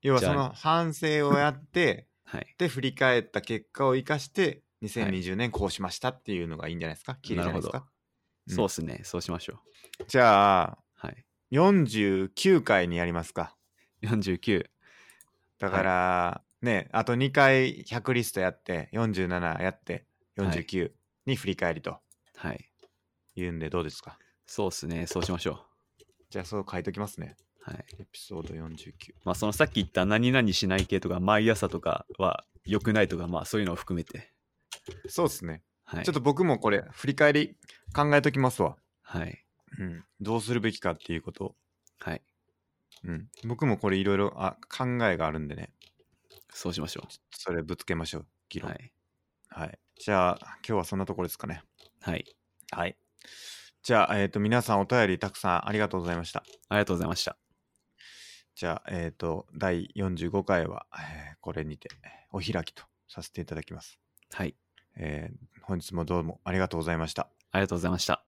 S1: 要は
S2: じゃ
S1: そ
S2: あ
S1: の反省をやって
S2: はい。
S1: で振り返った結果を生かして2020年こうしましたっていうのがいいんじゃないですか、綺麗じゃないです
S2: なる
S1: かうん
S2: そうですね。そうしましょう。
S1: じゃあ
S2: はい。
S1: 49回にやりますか
S2: 49。
S1: だから、ねあと2回100リストやって47やって49に振り返りと
S2: はい。
S1: いうんでどうですか、
S2: そうですね。そうしましょ
S1: じゃあそう書いときますね
S2: う。はい。
S1: エピソード49
S2: まあ、そのさっき言った何々しない系とか、毎朝とかは良くないとか、まあ、そういうのを含めて。
S1: そうですね、
S2: はい。
S1: ちょっと僕もこれ振り返り考えときますわ、
S2: はい。
S1: うん、どうするべきかっていうことを、
S2: はい。
S1: うん、僕もこれいろいろあ考えがあるんでね
S2: そうしましょ
S1: それぶつけましょう議
S2: う。
S1: 論
S2: は
S1: はい、
S2: い。
S1: じゃあ今日はそんなところですかね
S2: はい。
S1: はいじゃあ、えっと皆さんお便りたくさんありがとうございました
S2: ありがとうございました。
S1: じゃあ、えっ、と、第45回は、えーこれにてお開きとさせていただきます。
S2: はい。
S1: えー本日もどうもありがとうございました。
S2: ありがとうございました。